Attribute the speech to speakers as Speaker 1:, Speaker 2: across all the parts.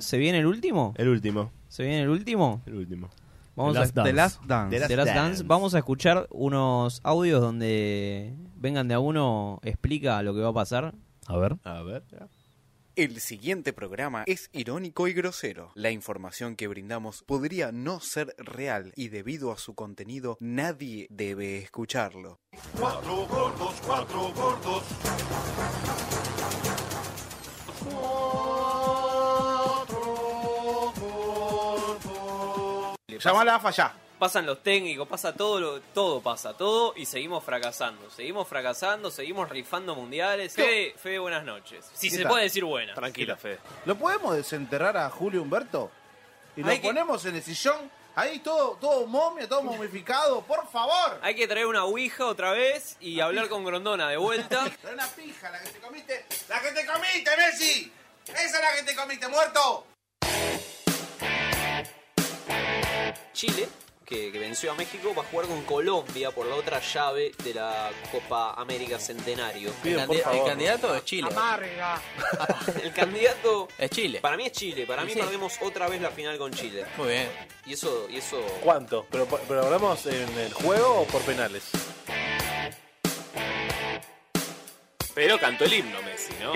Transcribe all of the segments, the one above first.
Speaker 1: ¿Se viene el último?
Speaker 2: El último,
Speaker 1: ¿Se viene el último?
Speaker 2: Eh. el último.
Speaker 1: Vamos
Speaker 3: The Last
Speaker 1: a
Speaker 3: Dance.
Speaker 4: The Last Dance.
Speaker 2: The Last
Speaker 1: The Last Dance.
Speaker 2: Dance.
Speaker 1: Vamos a escuchar unos audios donde vengan de a uno, explica lo que va a pasar.
Speaker 3: A ver.
Speaker 2: A ver.
Speaker 5: El siguiente programa es irónico y grosero. La información que brindamos podría no ser real y debido a su contenido nadie debe escucharlo.
Speaker 6: Cuatro gordos, cuatro gordos.
Speaker 7: Llamala a Falla.
Speaker 8: Pasan los técnicos, pasa todo, lo- todo pasa, todo y seguimos fracasando. Seguimos fracasando, seguimos rifando mundiales. Fede, Fede, buenas noches. Si
Speaker 7: ¿Qué
Speaker 8: se
Speaker 7: tal?
Speaker 8: puede decir buenas.
Speaker 7: Tranquila, Fede. ¿Lo podemos desenterrar a Julio Humberto? Y lo
Speaker 8: Hay que-
Speaker 7: ponemos en el sillón, ahí todo, todo momia, todo momificado, por favor.
Speaker 8: Hay que traer una ouija otra vez y hablar con Grondona de vuelta.
Speaker 7: Pero una pija la que te comiste, la que te comiste, Messi. Esa es la que te comiste, muerto.
Speaker 8: Chile, que, que venció a México, va a jugar con Colombia por la otra llave de la Copa América Centenario.
Speaker 7: Piden, por
Speaker 8: Candida-
Speaker 7: favor.
Speaker 9: candidato es Chile.
Speaker 8: El candidato...
Speaker 9: Es Chile.
Speaker 8: Para mí es Chile, para mí
Speaker 9: Sí.
Speaker 8: perdemos otra vez la final con Chile.
Speaker 9: Muy bien.
Speaker 8: Y eso, y eso...
Speaker 4: ¿Cuánto? ¿Pero, pero hablamos en el juego o por penales?
Speaker 10: Pero cantó el himno Messi, ¿no?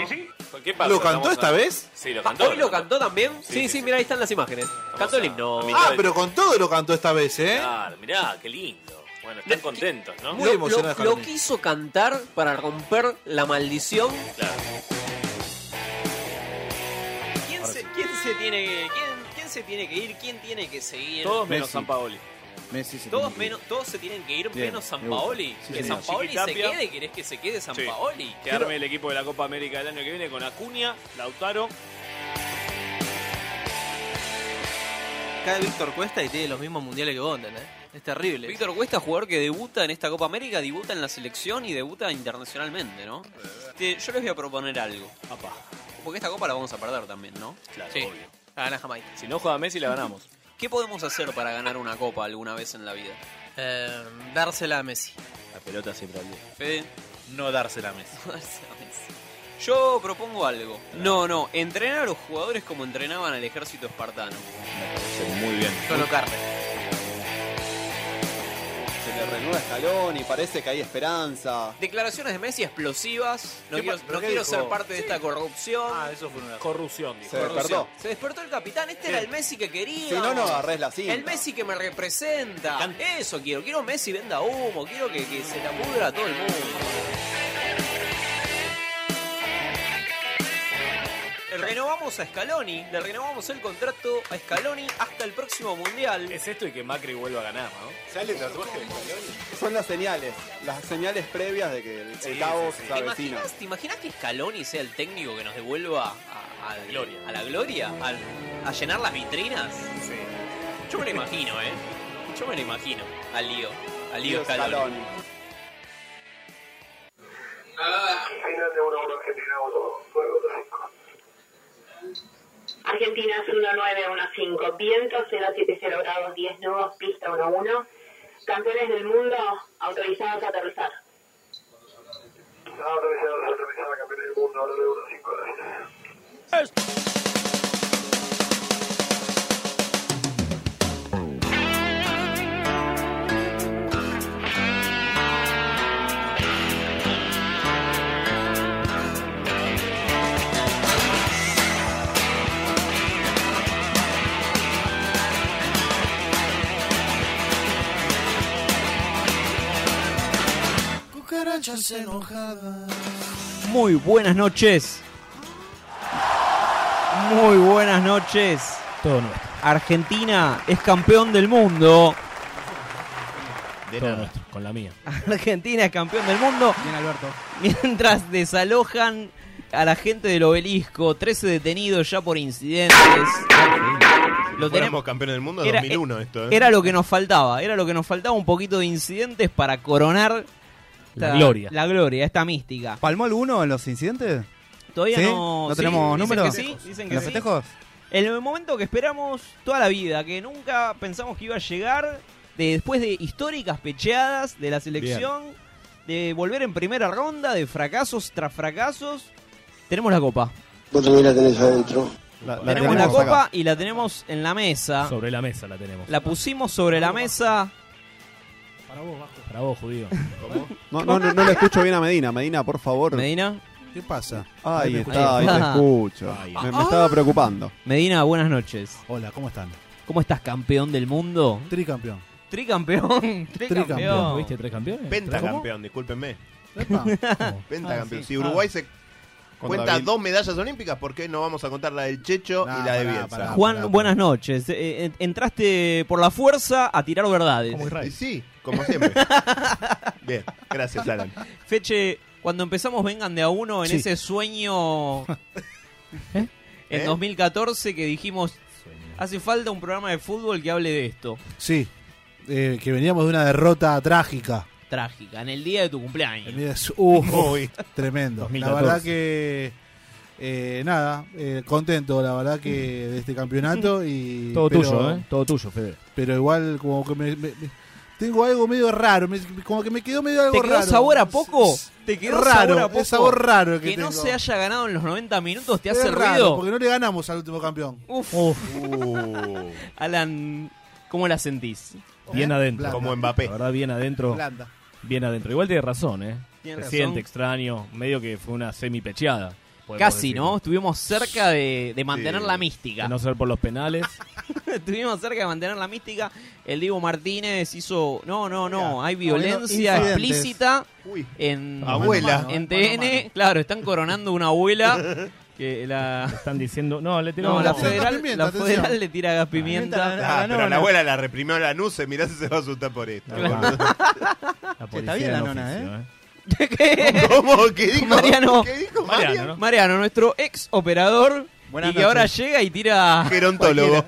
Speaker 10: Pues, ¿Qué pasó?
Speaker 2: ¿Lo cantó
Speaker 10: Estamos
Speaker 2: esta
Speaker 10: a-
Speaker 2: vez?
Speaker 10: Sí, lo
Speaker 8: Ah,
Speaker 10: cantó.
Speaker 8: ¿Hoy lo cantó también? Sí, sí,
Speaker 10: sí, sí.
Speaker 8: mira, ahí están las imágenes. Cantó el
Speaker 10: a-
Speaker 8: himno.
Speaker 10: a mi-
Speaker 2: Ah, pero con todo lo cantó esta vez, ¿eh?
Speaker 10: Claro, mirá, qué lindo. Bueno, están contentos, ¿no?
Speaker 2: Muy
Speaker 9: Lo-
Speaker 2: emocionado,
Speaker 9: lo, lo
Speaker 2: Jaime.
Speaker 9: quiso cantar para romper la maldición.
Speaker 10: Claro.
Speaker 8: ¿Quién se, quién se tiene que, quién, quién se tiene que ir? ¿Quién tiene que seguir?
Speaker 10: Todos menos
Speaker 7: Messi.
Speaker 10: San Paoli.
Speaker 7: Messi se
Speaker 8: Todos,
Speaker 7: tiene que ir.
Speaker 8: menos, todos se tienen que ir
Speaker 7: Bien,
Speaker 8: menos San
Speaker 7: me gusta.
Speaker 8: Paoli.
Speaker 7: Sí,
Speaker 8: que
Speaker 7: señor.
Speaker 8: San Paoli se
Speaker 10: Chiquitapia.
Speaker 8: quede, ¿querés que se quede San
Speaker 10: Sí.
Speaker 8: Paoli?
Speaker 10: Que arme el equipo de la Copa América del año que viene con Acuña, Lautaro.
Speaker 9: Cae Víctor Cuesta y tiene los mismos mundiales que vos, ¿entendés? Es terrible.
Speaker 8: Víctor Cuesta, jugador que debuta en esta Copa América, debuta en la selección y debuta internacionalmente, ¿no? Este, yo les voy a proponer algo.
Speaker 10: Papá,
Speaker 8: Porque esta Copa la vamos a perder también, ¿no?
Speaker 10: claro,
Speaker 9: Sí.
Speaker 10: obvio.
Speaker 9: La gana Jamaica.
Speaker 10: Si no juega Messi, la ganamos.
Speaker 8: ¿Qué podemos hacer para ganar una Copa alguna vez en la vida?
Speaker 9: Eh,
Speaker 10: Em,
Speaker 9: dársela a Messi.
Speaker 2: La pelota siempre al
Speaker 8: Fede.
Speaker 4: No dársela a Messi.
Speaker 8: Yo propongo algo. No, no, entrenar a los jugadores como entrenaban al ejército espartano.
Speaker 2: Muy bien.
Speaker 9: Colocarle.
Speaker 11: Se le renueva escalón y parece que hay esperanza.
Speaker 8: Declaraciones de Messi explosivas. No
Speaker 4: ¿Qué
Speaker 8: quiero,
Speaker 4: pa-
Speaker 8: no
Speaker 4: pero qué
Speaker 8: quiero
Speaker 4: dijo?
Speaker 8: ser parte de esta corrupción.
Speaker 4: Ah, eso fue una.
Speaker 10: Corrupción, dijo.
Speaker 11: Se despertó.
Speaker 8: Se despertó el capitán. Este era el Messi que quería.
Speaker 11: Si no, no agarrés la cinta.
Speaker 8: El Messi que me representa. Eso quiero. Quiero Messi venda humo. Quiero que, que se la pudra a todo el mundo. Le Renovamos a Scaloni, le renovamos el contrato a Scaloni hasta el próximo mundial.
Speaker 10: Es esto y que Macri vuelva a ganar, ¿no?
Speaker 4: ¿Sale el tatuaje de
Speaker 11: Son las señales, las señales previas de que el, el caos se
Speaker 8: ¿Te
Speaker 11: avecina.
Speaker 8: imaginas, ¿Te imaginas que Scaloni sea el técnico que nos devuelva a, a-
Speaker 10: Gloria.
Speaker 8: a la gloria? al- ¿A, llenar las vitrinas? Yo me lo imagino, ¿eh? Yo me lo imagino. Al lío. Al lío
Speaker 11: Tío
Speaker 8: Scaloni.
Speaker 11: Scaloni.
Speaker 6: Final de 1-1 Argentina 1-5.
Speaker 7: Argentina es 1915, viento 070 grados 10 nudos, pista 11. Campeones del mundo autorizados a aterrizar.
Speaker 6: Autorizados a aterrizar a campeones del mundo, ahora de 1-5 gracias.
Speaker 7: Cucarachas enojadas.
Speaker 1: Muy buenas noches. Muy buenas noches.
Speaker 3: Todo nuestro.
Speaker 1: Argentina es campeón del mundo.
Speaker 2: De
Speaker 3: Todo
Speaker 2: nada.
Speaker 3: nuestro. Con la mía.
Speaker 1: Argentina es campeón del mundo.
Speaker 4: Bien, Alberto.
Speaker 1: Mientras desalojan a la gente del obelisco. 13 detenidos ya por incidentes. Lo
Speaker 2: Fuéramos
Speaker 1: tenemos.
Speaker 2: campeón del mundo
Speaker 1: Era-
Speaker 2: 2001 esto, ¿eh?
Speaker 1: Era lo que nos faltaba. Era lo que nos faltaba un poquito de incidentes para coronar.
Speaker 3: La gloria.
Speaker 1: La gloria, esta mística.
Speaker 4: ¿Palmó alguno en los incidentes?
Speaker 1: Todavía
Speaker 4: ¿Sí?
Speaker 1: no.
Speaker 4: ¿No
Speaker 1: sí,
Speaker 4: tenemos
Speaker 1: dicen
Speaker 4: números?
Speaker 1: que sí, dicen
Speaker 4: ¿En
Speaker 1: que
Speaker 4: los
Speaker 1: sí.
Speaker 4: festejos?
Speaker 1: El momento que esperamos toda la vida, que nunca pensamos que iba a llegar, de- después de históricas pecheadas de la selección, de volver en primera ronda, de fracasos tras fracasos, tenemos la copa.
Speaker 6: Vos también la tenés adentro.
Speaker 11: La- la
Speaker 8: tenemos la
Speaker 11: tenemos
Speaker 8: copa
Speaker 11: acá.
Speaker 8: y la tenemos en la mesa.
Speaker 10: Sobre la mesa la tenemos.
Speaker 8: La pusimos sobre la mesa.
Speaker 10: Para vos, Para vos, judío.
Speaker 11: No, no, no, no lo escucho bien a Medina. Medina, por favor.
Speaker 8: Medina.
Speaker 7: ¿Qué pasa?
Speaker 11: Ahí
Speaker 8: Ahí me
Speaker 11: está, ahí te
Speaker 8: escuchás.
Speaker 11: escucho.
Speaker 8: Ahí.
Speaker 11: Me, me
Speaker 1: Ah.
Speaker 11: estaba preocupando.
Speaker 8: Medina, buenas noches.
Speaker 7: Hola, ¿cómo están?
Speaker 8: ¿Cómo estás, campeón del mundo?
Speaker 7: Tricampeón.
Speaker 8: Tricampeón. Tricampeón.
Speaker 10: ¿Viste tres campeones?
Speaker 2: Pentacampeón, discúlpenme. Pentacampeón.
Speaker 7: Ah, sí.
Speaker 2: Si Uruguay se
Speaker 8: Contra
Speaker 2: cuenta
Speaker 8: Biel-
Speaker 2: dos medallas olímpicas, ¿por qué no vamos a contar la del Checho y la de Bielsa?
Speaker 8: Juan, buenas noches. Eh, eh, entraste por la fuerza a tirar verdades.
Speaker 2: Y sí, como siempre. Bien, gracias, Alan.
Speaker 8: Feche, cuando empezamos Vengan de a uno en
Speaker 2: Sí.
Speaker 8: ese sueño en
Speaker 2: ¿Eh?
Speaker 8: 2014 que dijimos, hace falta un programa de fútbol que hable de esto.
Speaker 7: Sí, eh, que veníamos de una derrota trágica.
Speaker 8: Trágica, en el día de tu cumpleaños.
Speaker 7: Mira, es- uf,
Speaker 8: Uy.
Speaker 7: tremendo.
Speaker 8: 2014.
Speaker 7: La verdad que. eh, nada, eh, contento, la verdad que de este campeonato. y
Speaker 10: Todo
Speaker 7: pero-
Speaker 10: tuyo, ¿eh? Todo tuyo, Fede.
Speaker 7: Pero igual, como que me. me- me- tengo algo medio raro, me- como que me quedó medio algo
Speaker 8: ¿Te quedó
Speaker 7: raro.
Speaker 8: sabor a poco? ¿Te quedó
Speaker 7: raro,
Speaker 8: sabor a
Speaker 7: es
Speaker 8: poco?
Speaker 7: sabor raro que
Speaker 8: Que, no
Speaker 7: tengo.
Speaker 8: se haya ganado en los 90 minutos, ¿te
Speaker 7: Es
Speaker 8: hace
Speaker 7: raro,
Speaker 8: ruido?
Speaker 7: Porque no le ganamos al último campeón.
Speaker 8: Uf. Alan, ¿cómo la sentís? ¿Eh?
Speaker 10: Bien adentro.
Speaker 8: Como
Speaker 2: Mbappé.
Speaker 10: La verdad, bien adentro.
Speaker 7: Blanda.
Speaker 10: Bien adentro. Igual tiene razón, ¿eh? Se
Speaker 8: Tiene razón.
Speaker 10: siente extraño. Medio que fue una semipecheada. podemos
Speaker 8: Casi,
Speaker 10: decir.
Speaker 8: ¿no? Estuvimos cerca de, de mantener
Speaker 10: Sí.
Speaker 8: la mística.
Speaker 10: De no ser por los penales.
Speaker 8: Estuvimos cerca de mantener la mística. El Divo Martínez hizo. No, no, no.
Speaker 10: Mirá,
Speaker 8: hay violencia
Speaker 10: habiendo incidentes.
Speaker 8: explícita en.
Speaker 10: Abuela.
Speaker 8: En TN. Claro, están coronando una abuela. Que la...
Speaker 10: Están diciendo. No, le
Speaker 8: No, la federal, la federal le tira gas pimienta.
Speaker 2: Ah, pero la abuela la reprimió la nuce, mirá si se va a asustar por esto.
Speaker 7: Che, está bien la nona, ¿eh?
Speaker 2: ¿Cómo? ¿Qué dijo?
Speaker 8: Mariano,
Speaker 2: ¿Qué dijo Mariano?
Speaker 8: Mariano, nuestro ex operador.
Speaker 2: Buenas
Speaker 8: y que
Speaker 2: noches.
Speaker 8: ahora llega y tira.
Speaker 2: Gerontólogo.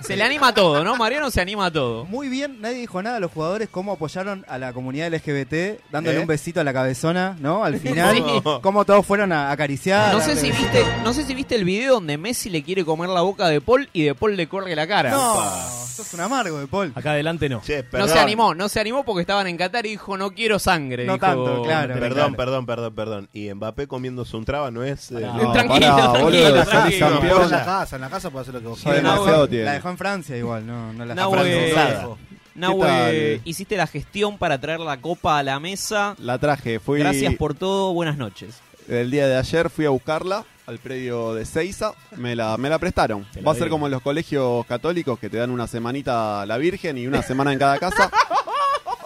Speaker 8: Se le anima a todo, ¿no? Mariano se anima a todo.
Speaker 5: Muy bien, nadie dijo nada a los jugadores cómo apoyaron a la comunidad LGBT dándole
Speaker 8: ¿Eh?
Speaker 5: un besito a la cabezona, ¿no? Al final,
Speaker 8: Sí.
Speaker 5: cómo todos fueron a acariciar.
Speaker 8: No sé si viste, no sé si viste el video donde Messi le quiere comer la boca de Paul y de Paul le corre la cara.
Speaker 5: No, sos un amargo de Paul.
Speaker 10: Acá adelante no.
Speaker 8: No se animó, no se animó porque estaban en Qatar y dijo no quiero sangre. dijo-
Speaker 2: Perdón, perdón, perdón, perdón. Y Mbappé comiéndose un traba no es. eh,
Speaker 11: No, Tranquilo, pará, tranquilo, boludo, tranquilo. salís campeón.
Speaker 7: En la casa, en la casa puede hacer lo que vos
Speaker 11: Sí,
Speaker 7: quieras.
Speaker 11: Nahuel- Demasiado tiene.
Speaker 5: La dejó en Francia igual, no, no la
Speaker 8: Nahue,
Speaker 11: Afrancesada.
Speaker 8: Nahue,
Speaker 11: ¿Qué tal?
Speaker 8: hiciste la gestión para traer la copa a la mesa.
Speaker 11: La traje, fui.
Speaker 8: Gracias por todo, buenas noches.
Speaker 11: El día de ayer fui a buscarla al predio de Seiza. Me la, me la prestaron. Va a ser
Speaker 8: digo.
Speaker 11: como en los colegios católicos que te dan una semanita a la Virgen y una semana en cada casa.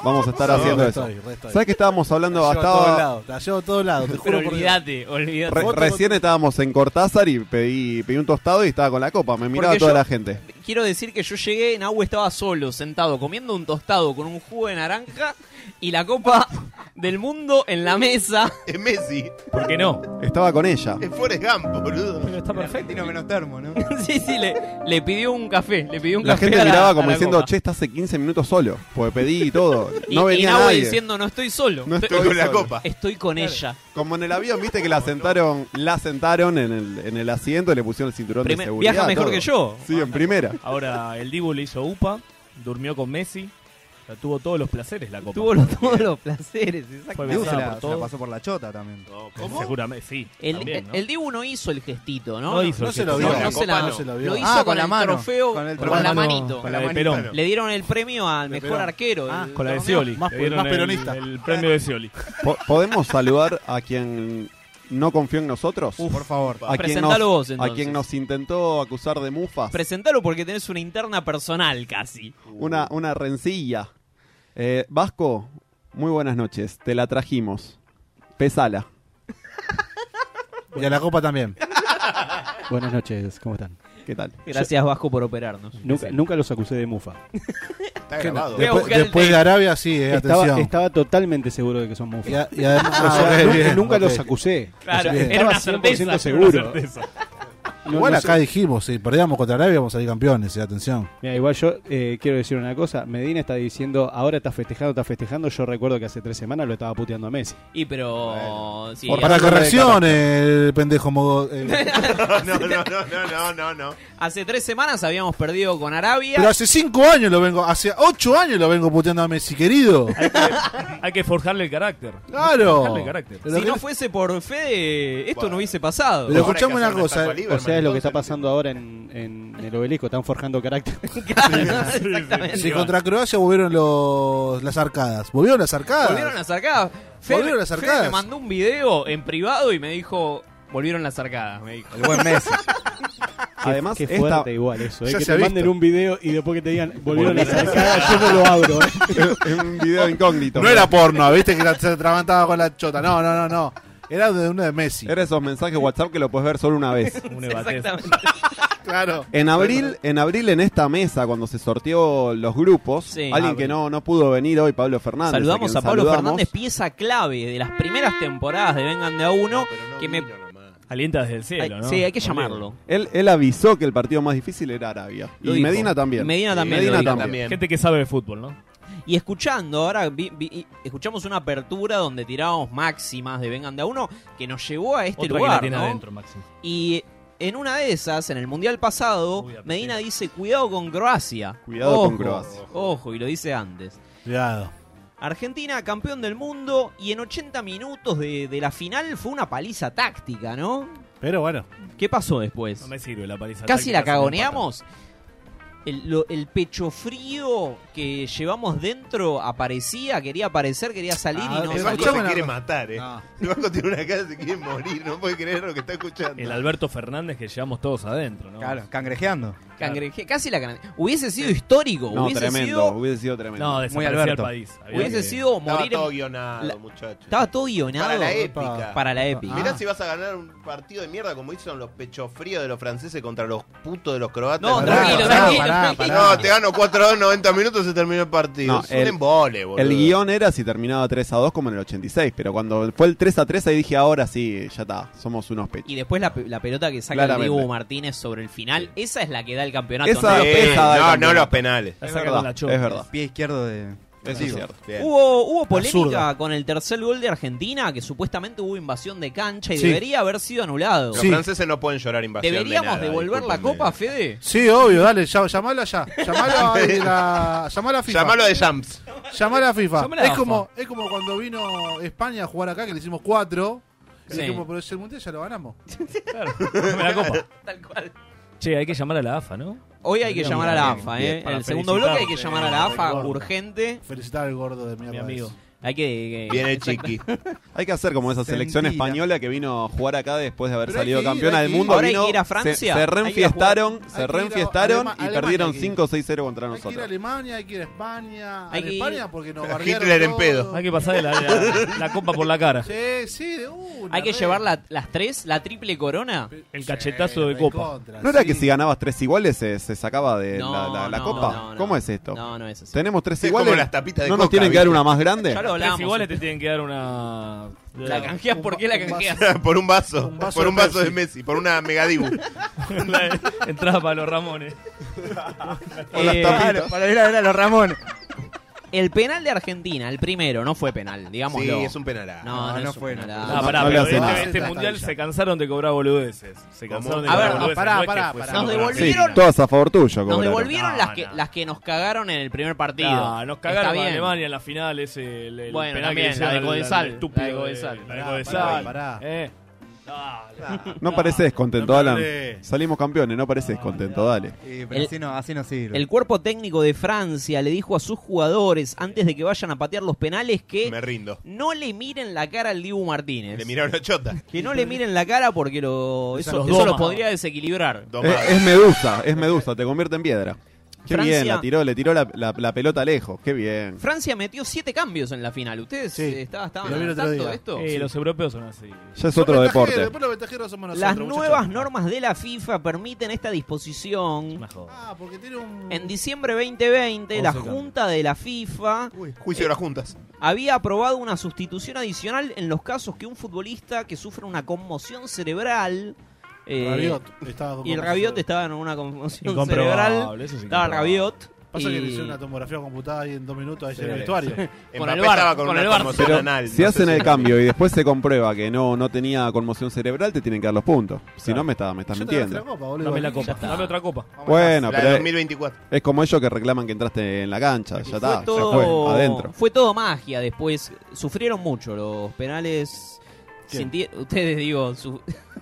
Speaker 11: Vamos a estar
Speaker 7: Sí,
Speaker 11: haciendo
Speaker 7: re
Speaker 11: eso.
Speaker 7: estoy, re estoy.
Speaker 11: ¿Sabes que estábamos hablando?
Speaker 7: Te llevo a todos
Speaker 11: Estaba,
Speaker 7: lados, te la llevo a todos lados, te juro por Dios.
Speaker 8: olvídate.
Speaker 11: re- recién estábamos en Cortázar y pedí, pedí un tostado y estaba con la copa. Me miraba
Speaker 8: Porque
Speaker 11: toda
Speaker 8: yo-
Speaker 11: la gente.
Speaker 8: Quiero decir que yo llegué, Nahue estaba solo, sentado, comiendo un tostado con un jugo de naranja y la copa del mundo en la mesa.
Speaker 2: Es Messi.
Speaker 10: ¿Por qué no?
Speaker 11: Estaba con ella.
Speaker 2: Es Forrest Gump, boludo.
Speaker 10: Pero está perfecto.
Speaker 5: menos termo, ¿no?
Speaker 8: sí, sí, le, le pidió un café, le pidió un
Speaker 11: La
Speaker 8: café
Speaker 11: gente
Speaker 8: a la-
Speaker 11: miraba
Speaker 8: a
Speaker 11: como
Speaker 8: la
Speaker 11: diciendo,
Speaker 8: copa.
Speaker 11: che, estás hace 15 minutos solo. Porque pedí y todo.
Speaker 8: Y-
Speaker 11: No
Speaker 8: y,
Speaker 11: venía
Speaker 8: Nahue
Speaker 11: nadie.
Speaker 8: diciendo, no estoy solo.
Speaker 11: No estoy con la copa.
Speaker 8: Estoy con ella.
Speaker 11: Como en el avión, viste que la sentaron, la sentaron en el, en el asiento, le pusieron el cinturón
Speaker 10: Primer-
Speaker 11: de seguridad.
Speaker 10: viaja mejor
Speaker 11: todo.
Speaker 10: que yo.
Speaker 11: Sí, en primera.
Speaker 10: Ahora el Dibu le hizo UPA, durmió con Messi, o sea, tuvo todos los placeres la copa.
Speaker 8: Tuvo los- todos los placeres,
Speaker 10: Fue
Speaker 8: exactamente.
Speaker 5: Dibu se la, se
Speaker 10: besada por
Speaker 5: la
Speaker 10: todos.
Speaker 5: pasó por la chota también.
Speaker 10: Seguramente, sí.
Speaker 8: El,
Speaker 10: también, ¿no?
Speaker 8: el Dibu no hizo el gestito, ¿no?
Speaker 10: No hizo el No se gestito. lo vio.
Speaker 8: No,
Speaker 10: La
Speaker 8: se
Speaker 10: copa
Speaker 8: la-
Speaker 10: no se lo vio.
Speaker 8: hizo
Speaker 5: Ah,
Speaker 8: con,
Speaker 5: con la
Speaker 8: el
Speaker 5: mano.
Speaker 8: trofeo,
Speaker 5: Con
Speaker 8: con,
Speaker 5: el
Speaker 8: la
Speaker 5: trofeo.
Speaker 8: manito.
Speaker 10: Con la de Perón.
Speaker 8: Le dieron el premio al mejor
Speaker 10: Perón.
Speaker 8: arquero. del
Speaker 10: Con la de
Speaker 8: torneo.
Speaker 10: Scioli. le dieron el- El, premio de Scioli.
Speaker 11: Po- ¿Podemos saludar a quien no confió en nosotros?
Speaker 5: por favor.
Speaker 11: A quien, nos,
Speaker 8: Presentalo vos,
Speaker 11: a
Speaker 8: entonces.
Speaker 11: quien nos intentó acusar de mufas.
Speaker 8: Presentalo porque tenés una interna personal casi.
Speaker 11: Una, una rencilla. Eh, Vasco, muy buenas noches. Te la trajimos. Pesala. Este
Speaker 7: Y a la copa también.
Speaker 12: Buenas noches, ¿cómo están?
Speaker 11: ¿Qué tal?
Speaker 8: Gracias, Vasco, por operarnos.
Speaker 12: Nunca, nunca los acusé de mufa.
Speaker 2: Está
Speaker 7: ¿Qué
Speaker 2: grabado.
Speaker 7: no? Después, después de Arabia, sí, eh,
Speaker 12: Estaba,
Speaker 7: atención.
Speaker 12: estaba totalmente seguro de que son mufa.
Speaker 7: Y a- y además-
Speaker 12: O sea,
Speaker 7: Ah,
Speaker 12: nunca,
Speaker 7: bien,
Speaker 12: nunca
Speaker 7: ok.
Speaker 12: los acusé.
Speaker 7: Claro,
Speaker 12: O sea,
Speaker 7: era
Speaker 12: estaba 100%
Speaker 7: una certeza,
Speaker 12: seguro.
Speaker 7: era una certeza.
Speaker 12: No,
Speaker 7: Igual
Speaker 12: no
Speaker 7: acá
Speaker 12: sé.
Speaker 7: dijimos, si perdíamos contra Arabia vamos a salir campeones, eh, atención.
Speaker 12: Mira, igual yo eh, quiero decir una cosa. Medina está diciendo, ahora está festejando, está festejando. Yo recuerdo que hace tres semanas lo estaba puteando a Messi.
Speaker 8: Y pero. sí,
Speaker 7: para
Speaker 8: hace-
Speaker 7: corrección, el pendejo mogo- eh,
Speaker 2: no, no, no, no, no, no, no.
Speaker 8: Hace tres semanas habíamos perdido con Arabia.
Speaker 7: Pero hace cinco años lo vengo, hace ocho años lo vengo puteando a Messi, querido.
Speaker 10: Hay que forjarle el carácter.
Speaker 7: Claro.
Speaker 10: Forjarle el carácter.
Speaker 8: si no fuese por Fede, esto no hubiese pasado.
Speaker 7: Pero escuchame una cosa, eh,
Speaker 8: o sea,
Speaker 12: ¿Sabes lo que está pasando ahora en, en el obelisco? Están forjando carácter.
Speaker 8: Exactamente.
Speaker 7: Si contra Croacia volvieron los, las arcadas. ¿Volvieron las arcadas?
Speaker 8: Volvieron las arcadas. Fede-
Speaker 7: Volvieron las
Speaker 8: Fede
Speaker 7: arcadas.
Speaker 8: me mandó un video en privado y me dijo, volvieron las arcadas. Me dijo.
Speaker 12: El buen Messi.
Speaker 11: Además,
Speaker 12: qué
Speaker 11: esta-
Speaker 12: fuerte igual eso, eh,
Speaker 11: Ya
Speaker 12: que
Speaker 11: se
Speaker 12: te
Speaker 11: ha
Speaker 12: manden
Speaker 11: visto.
Speaker 12: un video y después que te digan volvieron las
Speaker 11: Volvieron.
Speaker 12: arcadas, yo no lo abro. eh.
Speaker 11: Es un video incógnito.
Speaker 7: No era porno, viste que la- se trabantaba con la chota. No, no, no, no. Era de uno de Messi.
Speaker 11: Era esos mensajes WhatsApp que lo puedes ver solo una vez.
Speaker 8: Exactamente.
Speaker 7: claro.
Speaker 11: En abril, en abril en esta mesa cuando se sortió los grupos,
Speaker 8: Sí.
Speaker 11: alguien
Speaker 8: Abril.
Speaker 11: que no no pudo venir hoy, Pablo Fernández.
Speaker 8: saludamos
Speaker 11: quien
Speaker 8: a Pablo
Speaker 11: saludamos.
Speaker 8: Fernández, pieza clave de las primeras temporadas de Vengan de a uno, que me...
Speaker 10: Alienta desde el cielo,
Speaker 7: Ah,
Speaker 8: Ay,
Speaker 10: ¿no?
Speaker 8: sí, hay que llamarlo.
Speaker 11: Él, él avisó que el partido más difícil era Arabia.
Speaker 8: Lo
Speaker 11: y
Speaker 8: dijo.
Speaker 11: Medina también.
Speaker 8: Medina también lo
Speaker 11: Medina
Speaker 8: dijo.
Speaker 11: también.
Speaker 10: Gente que sabe de fútbol, ¿no?
Speaker 8: Y escuchando, ahora vi- vi- y escuchamos una apertura donde tirábamos máximas de Vengan de a uno, que nos llevó a este
Speaker 10: Otra que la
Speaker 8: lugar,
Speaker 10: tiene
Speaker 8: ¿no?
Speaker 10: adentro, Maxi.
Speaker 8: Y en una de esas, en el Mundial pasado, Medina dice, cuidado con Croacia.
Speaker 11: Cuidado con Croacia.
Speaker 8: Ojo, y lo dice antes.
Speaker 7: Cuidado.
Speaker 8: Argentina, campeón del mundo, y en 80 minutos de, de la final fue una paliza táctica, ¿no?
Speaker 7: Pero bueno.
Speaker 8: ¿Qué pasó después?
Speaker 10: No me sirve la paliza.
Speaker 8: Casi
Speaker 10: táctica,
Speaker 8: la
Speaker 10: se me empata.
Speaker 8: cagoneamos. El, lo- el pecho frío que llevamos dentro aparecía, quería aparecer, quería salir y no
Speaker 2: el
Speaker 8: salió.
Speaker 2: banco se quiere matar, eh. El banco tiene una cara, se quiere morir, no puede creer lo que está escuchando.
Speaker 10: El Alberto Fernández que llevamos todos adentro, ¿no?
Speaker 5: Claro, cangrejeando.
Speaker 8: Cangreje- casi la cangreje- Hubiese sido histórico.
Speaker 11: No,
Speaker 8: hubiese
Speaker 11: tremendo,
Speaker 8: sido-
Speaker 11: hubiese sido tremendo.
Speaker 10: No, desaparecía Muy Alberto. el país. Había
Speaker 8: Hubiese
Speaker 10: que-
Speaker 8: sido
Speaker 2: Estaba
Speaker 8: morir. en-
Speaker 2: todo guionado,
Speaker 8: la-
Speaker 2: muchacho.
Speaker 8: Estaba todo guionado.
Speaker 2: Para la épica.
Speaker 8: Para la épica.
Speaker 2: Mirá si vas a ganar un partido de mierda como hicieron los pechofríos de los franceses contra los putos de los croatas.
Speaker 8: No,
Speaker 2: Pará,
Speaker 8: tranquilo,
Speaker 2: pará,
Speaker 8: tranquilo,
Speaker 2: pará,
Speaker 8: tranquilo.
Speaker 2: pará. No, te gano 4 90 minutos se terminó el partido.
Speaker 11: No,
Speaker 2: es un embole, boludo.
Speaker 11: el guión era si terminaba 3 a 2 como en el 86, pero cuando fue el 3 a 3 ahí dije, ahora sí, ya está, somos unos pechos.
Speaker 8: Y después la, pe- la pelota que saca
Speaker 11: Claramente.
Speaker 8: el Dibu Martínez sobre el final, esa es la que da el campeonato.
Speaker 11: Esa-
Speaker 8: los
Speaker 11: esa
Speaker 8: penales.
Speaker 11: da el No,
Speaker 2: Eh,
Speaker 11: no campeonato.
Speaker 2: los penales.
Speaker 11: Es verdad, es verdad.
Speaker 5: Pie izquierdo de.
Speaker 11: Eso es cierto.
Speaker 8: Hubo, hubo
Speaker 11: Absurdo.
Speaker 8: polémica con el tercer gol de Argentina, que supuestamente hubo invasión de cancha y
Speaker 2: Sí.
Speaker 8: debería haber sido anulado.
Speaker 2: Los franceses no pueden llorar invasión. de
Speaker 8: ¿Deberíamos
Speaker 2: nada,
Speaker 8: devolver la
Speaker 2: discúlpenme.
Speaker 8: copa, Fede?
Speaker 7: Sí, obvio, dale, ya, llamalo allá. Llamalo ahí de la- llamalo a FIFA.
Speaker 2: Llamalo de Champs.
Speaker 7: Llamalo a FIFA.
Speaker 2: Llamalo a
Speaker 7: es,
Speaker 2: AFA.
Speaker 7: Como, es como cuando vino España a jugar acá, que le hicimos cuatro. Y
Speaker 10: Sí.
Speaker 7: dijimos, pero es el mundial, ya lo ganamos.
Speaker 10: Dame la copa.
Speaker 8: Tal cual.
Speaker 10: Che, hay que llamar a la AFA, ¿no?
Speaker 8: Hoy hay que llamar a la
Speaker 10: Bien,
Speaker 8: AFA,
Speaker 10: bien,
Speaker 8: ¿eh? En
Speaker 10: para
Speaker 8: el segundo bloque
Speaker 10: felicitar.
Speaker 8: hay que llamar a la AFA
Speaker 7: Gordo.
Speaker 8: urgente.
Speaker 7: Felicitar al gordo de mierda.
Speaker 10: amigo.
Speaker 7: ese.
Speaker 8: Hay que. que-
Speaker 2: Viene Chiqui.
Speaker 11: Hay que hacer como esa selección
Speaker 8: Mentira.
Speaker 11: española que vino a jugar acá después de haber
Speaker 8: Pero hay
Speaker 11: salido
Speaker 8: que ir,
Speaker 11: campeona
Speaker 8: hay
Speaker 11: del
Speaker 8: que ir.
Speaker 11: mundo.
Speaker 8: Ahora hay
Speaker 11: vino,
Speaker 8: que ir a
Speaker 11: se-
Speaker 8: Francia,
Speaker 11: Se,
Speaker 8: hay que ir a
Speaker 11: reenfiestaron, se
Speaker 8: jugar. Hay que ir a
Speaker 11: reenfiestaron
Speaker 8: Alema-
Speaker 11: y
Speaker 8: Alemania
Speaker 11: perdieron
Speaker 8: hay que ir.
Speaker 11: 5
Speaker 7: Hay que
Speaker 11: 6-0 contra
Speaker 7: ir a
Speaker 11: nosotros.
Speaker 7: Alemania, hay que ir a España.
Speaker 8: Hay
Speaker 7: a
Speaker 8: que ir-
Speaker 7: España porque nos bardearon
Speaker 2: Hitler en
Speaker 7: todo.
Speaker 2: pedo.
Speaker 10: Hay que pasar la, la- la copa por la cara.
Speaker 7: Sí, Eh, sí, de una.
Speaker 8: Hay que
Speaker 7: re.
Speaker 8: llevar la- las tres, la triple corona.
Speaker 10: El cachetazo de copa.
Speaker 11: ¿No era que si ganabas 3 iguales se, se sacaba de
Speaker 8: No,
Speaker 11: la, la- la
Speaker 8: no,
Speaker 11: copa?
Speaker 8: no, no.
Speaker 11: ¿Cómo es esto?
Speaker 8: No, no es así.
Speaker 11: Tenemos 3
Speaker 2: Es
Speaker 11: iguales.
Speaker 2: como las tapitas de
Speaker 11: ¿No nos
Speaker 2: coca,
Speaker 11: tienen que dar
Speaker 2: ¿viste?
Speaker 11: una más grande?
Speaker 8: Ya lo
Speaker 10: Tres
Speaker 8: hablamos.
Speaker 10: iguales te tienen que dar una.
Speaker 8: La canjeas, ¿por qué la canjeas?
Speaker 2: por un vaso.
Speaker 10: vaso
Speaker 2: por un
Speaker 10: de
Speaker 2: vaso de
Speaker 10: Messi.
Speaker 2: Messi. Por una megadibu.
Speaker 10: La- Entrada para los Ramones.
Speaker 11: Con las
Speaker 8: Eh,
Speaker 11: tapitas.
Speaker 8: claro, para ir a ver a los Ramones. El penal de Argentina, el primero, no fue penal, digámoslo.
Speaker 2: Sí, es un penalá.
Speaker 8: No,
Speaker 2: No,
Speaker 8: no,
Speaker 2: no
Speaker 8: es un
Speaker 2: fue, no
Speaker 8: penalá.
Speaker 10: Ah, pará,
Speaker 11: no le
Speaker 10: pero
Speaker 11: hace nada.
Speaker 10: este, este mundial se cansaron de cobrar boludeces. Se cansaron de
Speaker 8: A ver,
Speaker 10: cobrar boludeces.
Speaker 7: pará,
Speaker 10: no es que
Speaker 7: pará,
Speaker 10: fuese
Speaker 7: pará.
Speaker 8: Nos
Speaker 10: una
Speaker 11: Sí,
Speaker 8: devolvieron,
Speaker 11: todas a favor tuyo.
Speaker 8: nos
Speaker 11: cobraron.
Speaker 8: devolvieron las, que, las que nos cagaron en el primer partido.
Speaker 10: Ah, nos cagaron
Speaker 8: Está
Speaker 10: a
Speaker 8: bien.
Speaker 10: Alemania en la final ese el, el
Speaker 8: Bueno,
Speaker 10: penal
Speaker 8: también,
Speaker 10: que hicieron
Speaker 8: la de
Speaker 10: al- al
Speaker 8: Godesal,
Speaker 10: estúpido
Speaker 8: la de
Speaker 10: de-
Speaker 8: Godesal.
Speaker 10: la de
Speaker 8: Pará,
Speaker 10: Godesal,
Speaker 7: pará, pará.
Speaker 10: eh.
Speaker 11: No pareces contento,
Speaker 7: no me
Speaker 11: Alan.
Speaker 7: hablé.
Speaker 11: Salimos campeones, no pareces contento, dale.
Speaker 5: Sí, eh, pero
Speaker 8: El-
Speaker 5: así, no, así no sirve.
Speaker 8: El cuerpo técnico de Francia le dijo a sus jugadores antes de que vayan a patear los penales que
Speaker 2: Me rindo.
Speaker 8: no le miren la cara al Dibu Martínez.
Speaker 2: Le miraron la chota.
Speaker 8: Que no le miren la cara porque lo,
Speaker 10: Esa
Speaker 8: eso,
Speaker 10: los
Speaker 8: eso
Speaker 10: doma.
Speaker 8: los podría desequilibrar.
Speaker 2: Tomá.
Speaker 11: Es, Eh, es medusa, es medusa, te convierte en piedra. Qué
Speaker 8: Francia-
Speaker 11: bien, la tiró, le tiró la, la- la pelota lejos, qué bien.
Speaker 8: Francia metió siete cambios en la final. ¿Ustedes eh, está- estaban
Speaker 7: Lo vi el
Speaker 8: al
Speaker 7: otro
Speaker 8: tanto
Speaker 7: día.
Speaker 8: de esto?
Speaker 10: Eh, Los europeos son así.
Speaker 11: Ya es otro
Speaker 7: Ventajeros,
Speaker 11: deporte.
Speaker 7: Después los ventajeros somos nosotros.
Speaker 8: Las
Speaker 7: muchachos.
Speaker 8: nuevas normas de la FIFA permiten esta disposición.
Speaker 7: Ah, porque tiene un.
Speaker 8: En diciembre 2020, la
Speaker 7: Once cambios.
Speaker 8: Junta de la FIFA eh,
Speaker 2: Juicio de las juntas.
Speaker 8: había aprobado una sustitución adicional en los casos que un futbolista que sufre una conmoción cerebral. eh,
Speaker 7: Rabiot estaba con
Speaker 8: Y el
Speaker 7: conmoción.
Speaker 8: Rabiot estaba en una conmoción
Speaker 10: Incomprobable,
Speaker 8: cerebral.
Speaker 10: eso es
Speaker 8: estaba
Speaker 10: incomprobable.
Speaker 8: Rabiot.
Speaker 7: Pasa que
Speaker 8: y-
Speaker 7: le hicieron una tomografía computada ahí en dos minutos ayer en el vestuario.
Speaker 8: Con el VAR,
Speaker 2: estaba con
Speaker 8: con
Speaker 2: una
Speaker 8: el VAR.
Speaker 2: conmoción
Speaker 11: Pero
Speaker 2: anal,
Speaker 11: si
Speaker 2: no sé
Speaker 11: hacen
Speaker 2: si-
Speaker 11: el cambio y después se comprueba que no, no tenía conmoción cerebral, te tienen que dar los puntos. Si no, me, está, me estás
Speaker 7: Yo te gasté la
Speaker 11: mintiendo.
Speaker 7: copa, boludo.
Speaker 10: Dame la
Speaker 7: Ya
Speaker 10: copa.
Speaker 7: está.
Speaker 10: Dame otra copa.
Speaker 11: Bueno,
Speaker 2: La de
Speaker 11: pero es-
Speaker 2: 2024.
Speaker 11: es como ellos que reclaman que entraste en la cancha. Ya está,
Speaker 8: fue
Speaker 11: Ah, ya
Speaker 8: todo,
Speaker 11: fue, adentro.
Speaker 8: fue todo magia después. Sufrieron mucho los penales. se enti- ustedes digo, su,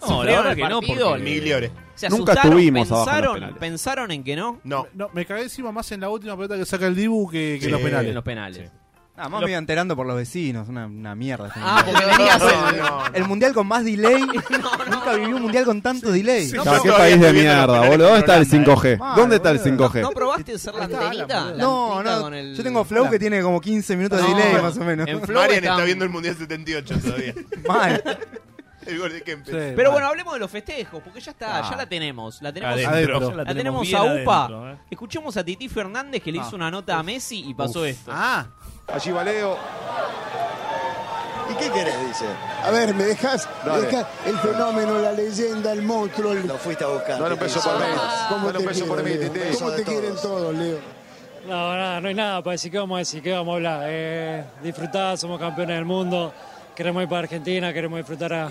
Speaker 11: No, la verdad que no, porque- Migliore.
Speaker 8: Se
Speaker 11: Nunca
Speaker 8: asustaron,
Speaker 11: tuvimos abajo en los
Speaker 8: pensaron,
Speaker 11: penales.
Speaker 8: pensaron en que no.
Speaker 2: No.
Speaker 7: me cagué encima más en la última pelota que saca el Dibu que, que en los penales.
Speaker 8: En los penales.
Speaker 10: Ah,
Speaker 5: Nada más me iba enterando por los vecinos, una, una mierda. este mundial.
Speaker 8: Ah, porque venías
Speaker 5: No,
Speaker 8: en-
Speaker 5: no, no. el mundial con más delay. Nunca viví un mundial con tanto delay.
Speaker 11: No, qué país de mierda, boludo. ¿Dónde está el 5G?
Speaker 5: Mal,
Speaker 11: ¿Dónde está el
Speaker 5: boludo.
Speaker 11: 5G?
Speaker 8: ¿No probaste hacer la antenita? La
Speaker 5: No,
Speaker 8: antenita
Speaker 5: no.
Speaker 8: con el-
Speaker 5: Yo tengo Flow que tiene como 15 minutos de
Speaker 2: No,
Speaker 5: delay, más o menos.
Speaker 2: en Flow Marian está- está viendo el Mundial 78 todavía.
Speaker 5: Mal.
Speaker 2: El gol de Kempes.
Speaker 8: Pero bueno, hablemos de los festejos, porque ya está, ya la tenemos. La tenemos,
Speaker 2: Adentro. Adentro.
Speaker 8: La
Speaker 2: La
Speaker 8: tenemos,
Speaker 2: tenemos
Speaker 8: a
Speaker 2: bien
Speaker 8: UPA.
Speaker 2: adentro, eh.
Speaker 8: Escuchemos a Titi Fernández que le
Speaker 13: Ah.
Speaker 8: hizo una nota a Messi y pasó
Speaker 13: Uf.
Speaker 8: esto.
Speaker 7: Ah.
Speaker 13: Allí Valeo. ¿Y qué querés? Dice. A ver, ¿me dejas?
Speaker 14: Dale.
Speaker 13: el fenómeno, la leyenda, el monstruo. Lo fuiste a buscar.
Speaker 14: Dale un
Speaker 13: Titi.
Speaker 14: beso por mí.
Speaker 13: ¿Cómo
Speaker 14: Dale
Speaker 13: te
Speaker 14: un beso por
Speaker 13: quiero,
Speaker 14: mí,
Speaker 13: Leo?
Speaker 14: Titi.
Speaker 13: ¿Cómo te quieren todos, Leo?
Speaker 15: No, nada, no hay nada para decir que vamos a decir, que vamos a hablar. Eh, disfrutar, somos campeones del mundo, queremos ir para Argentina, queremos disfrutar a-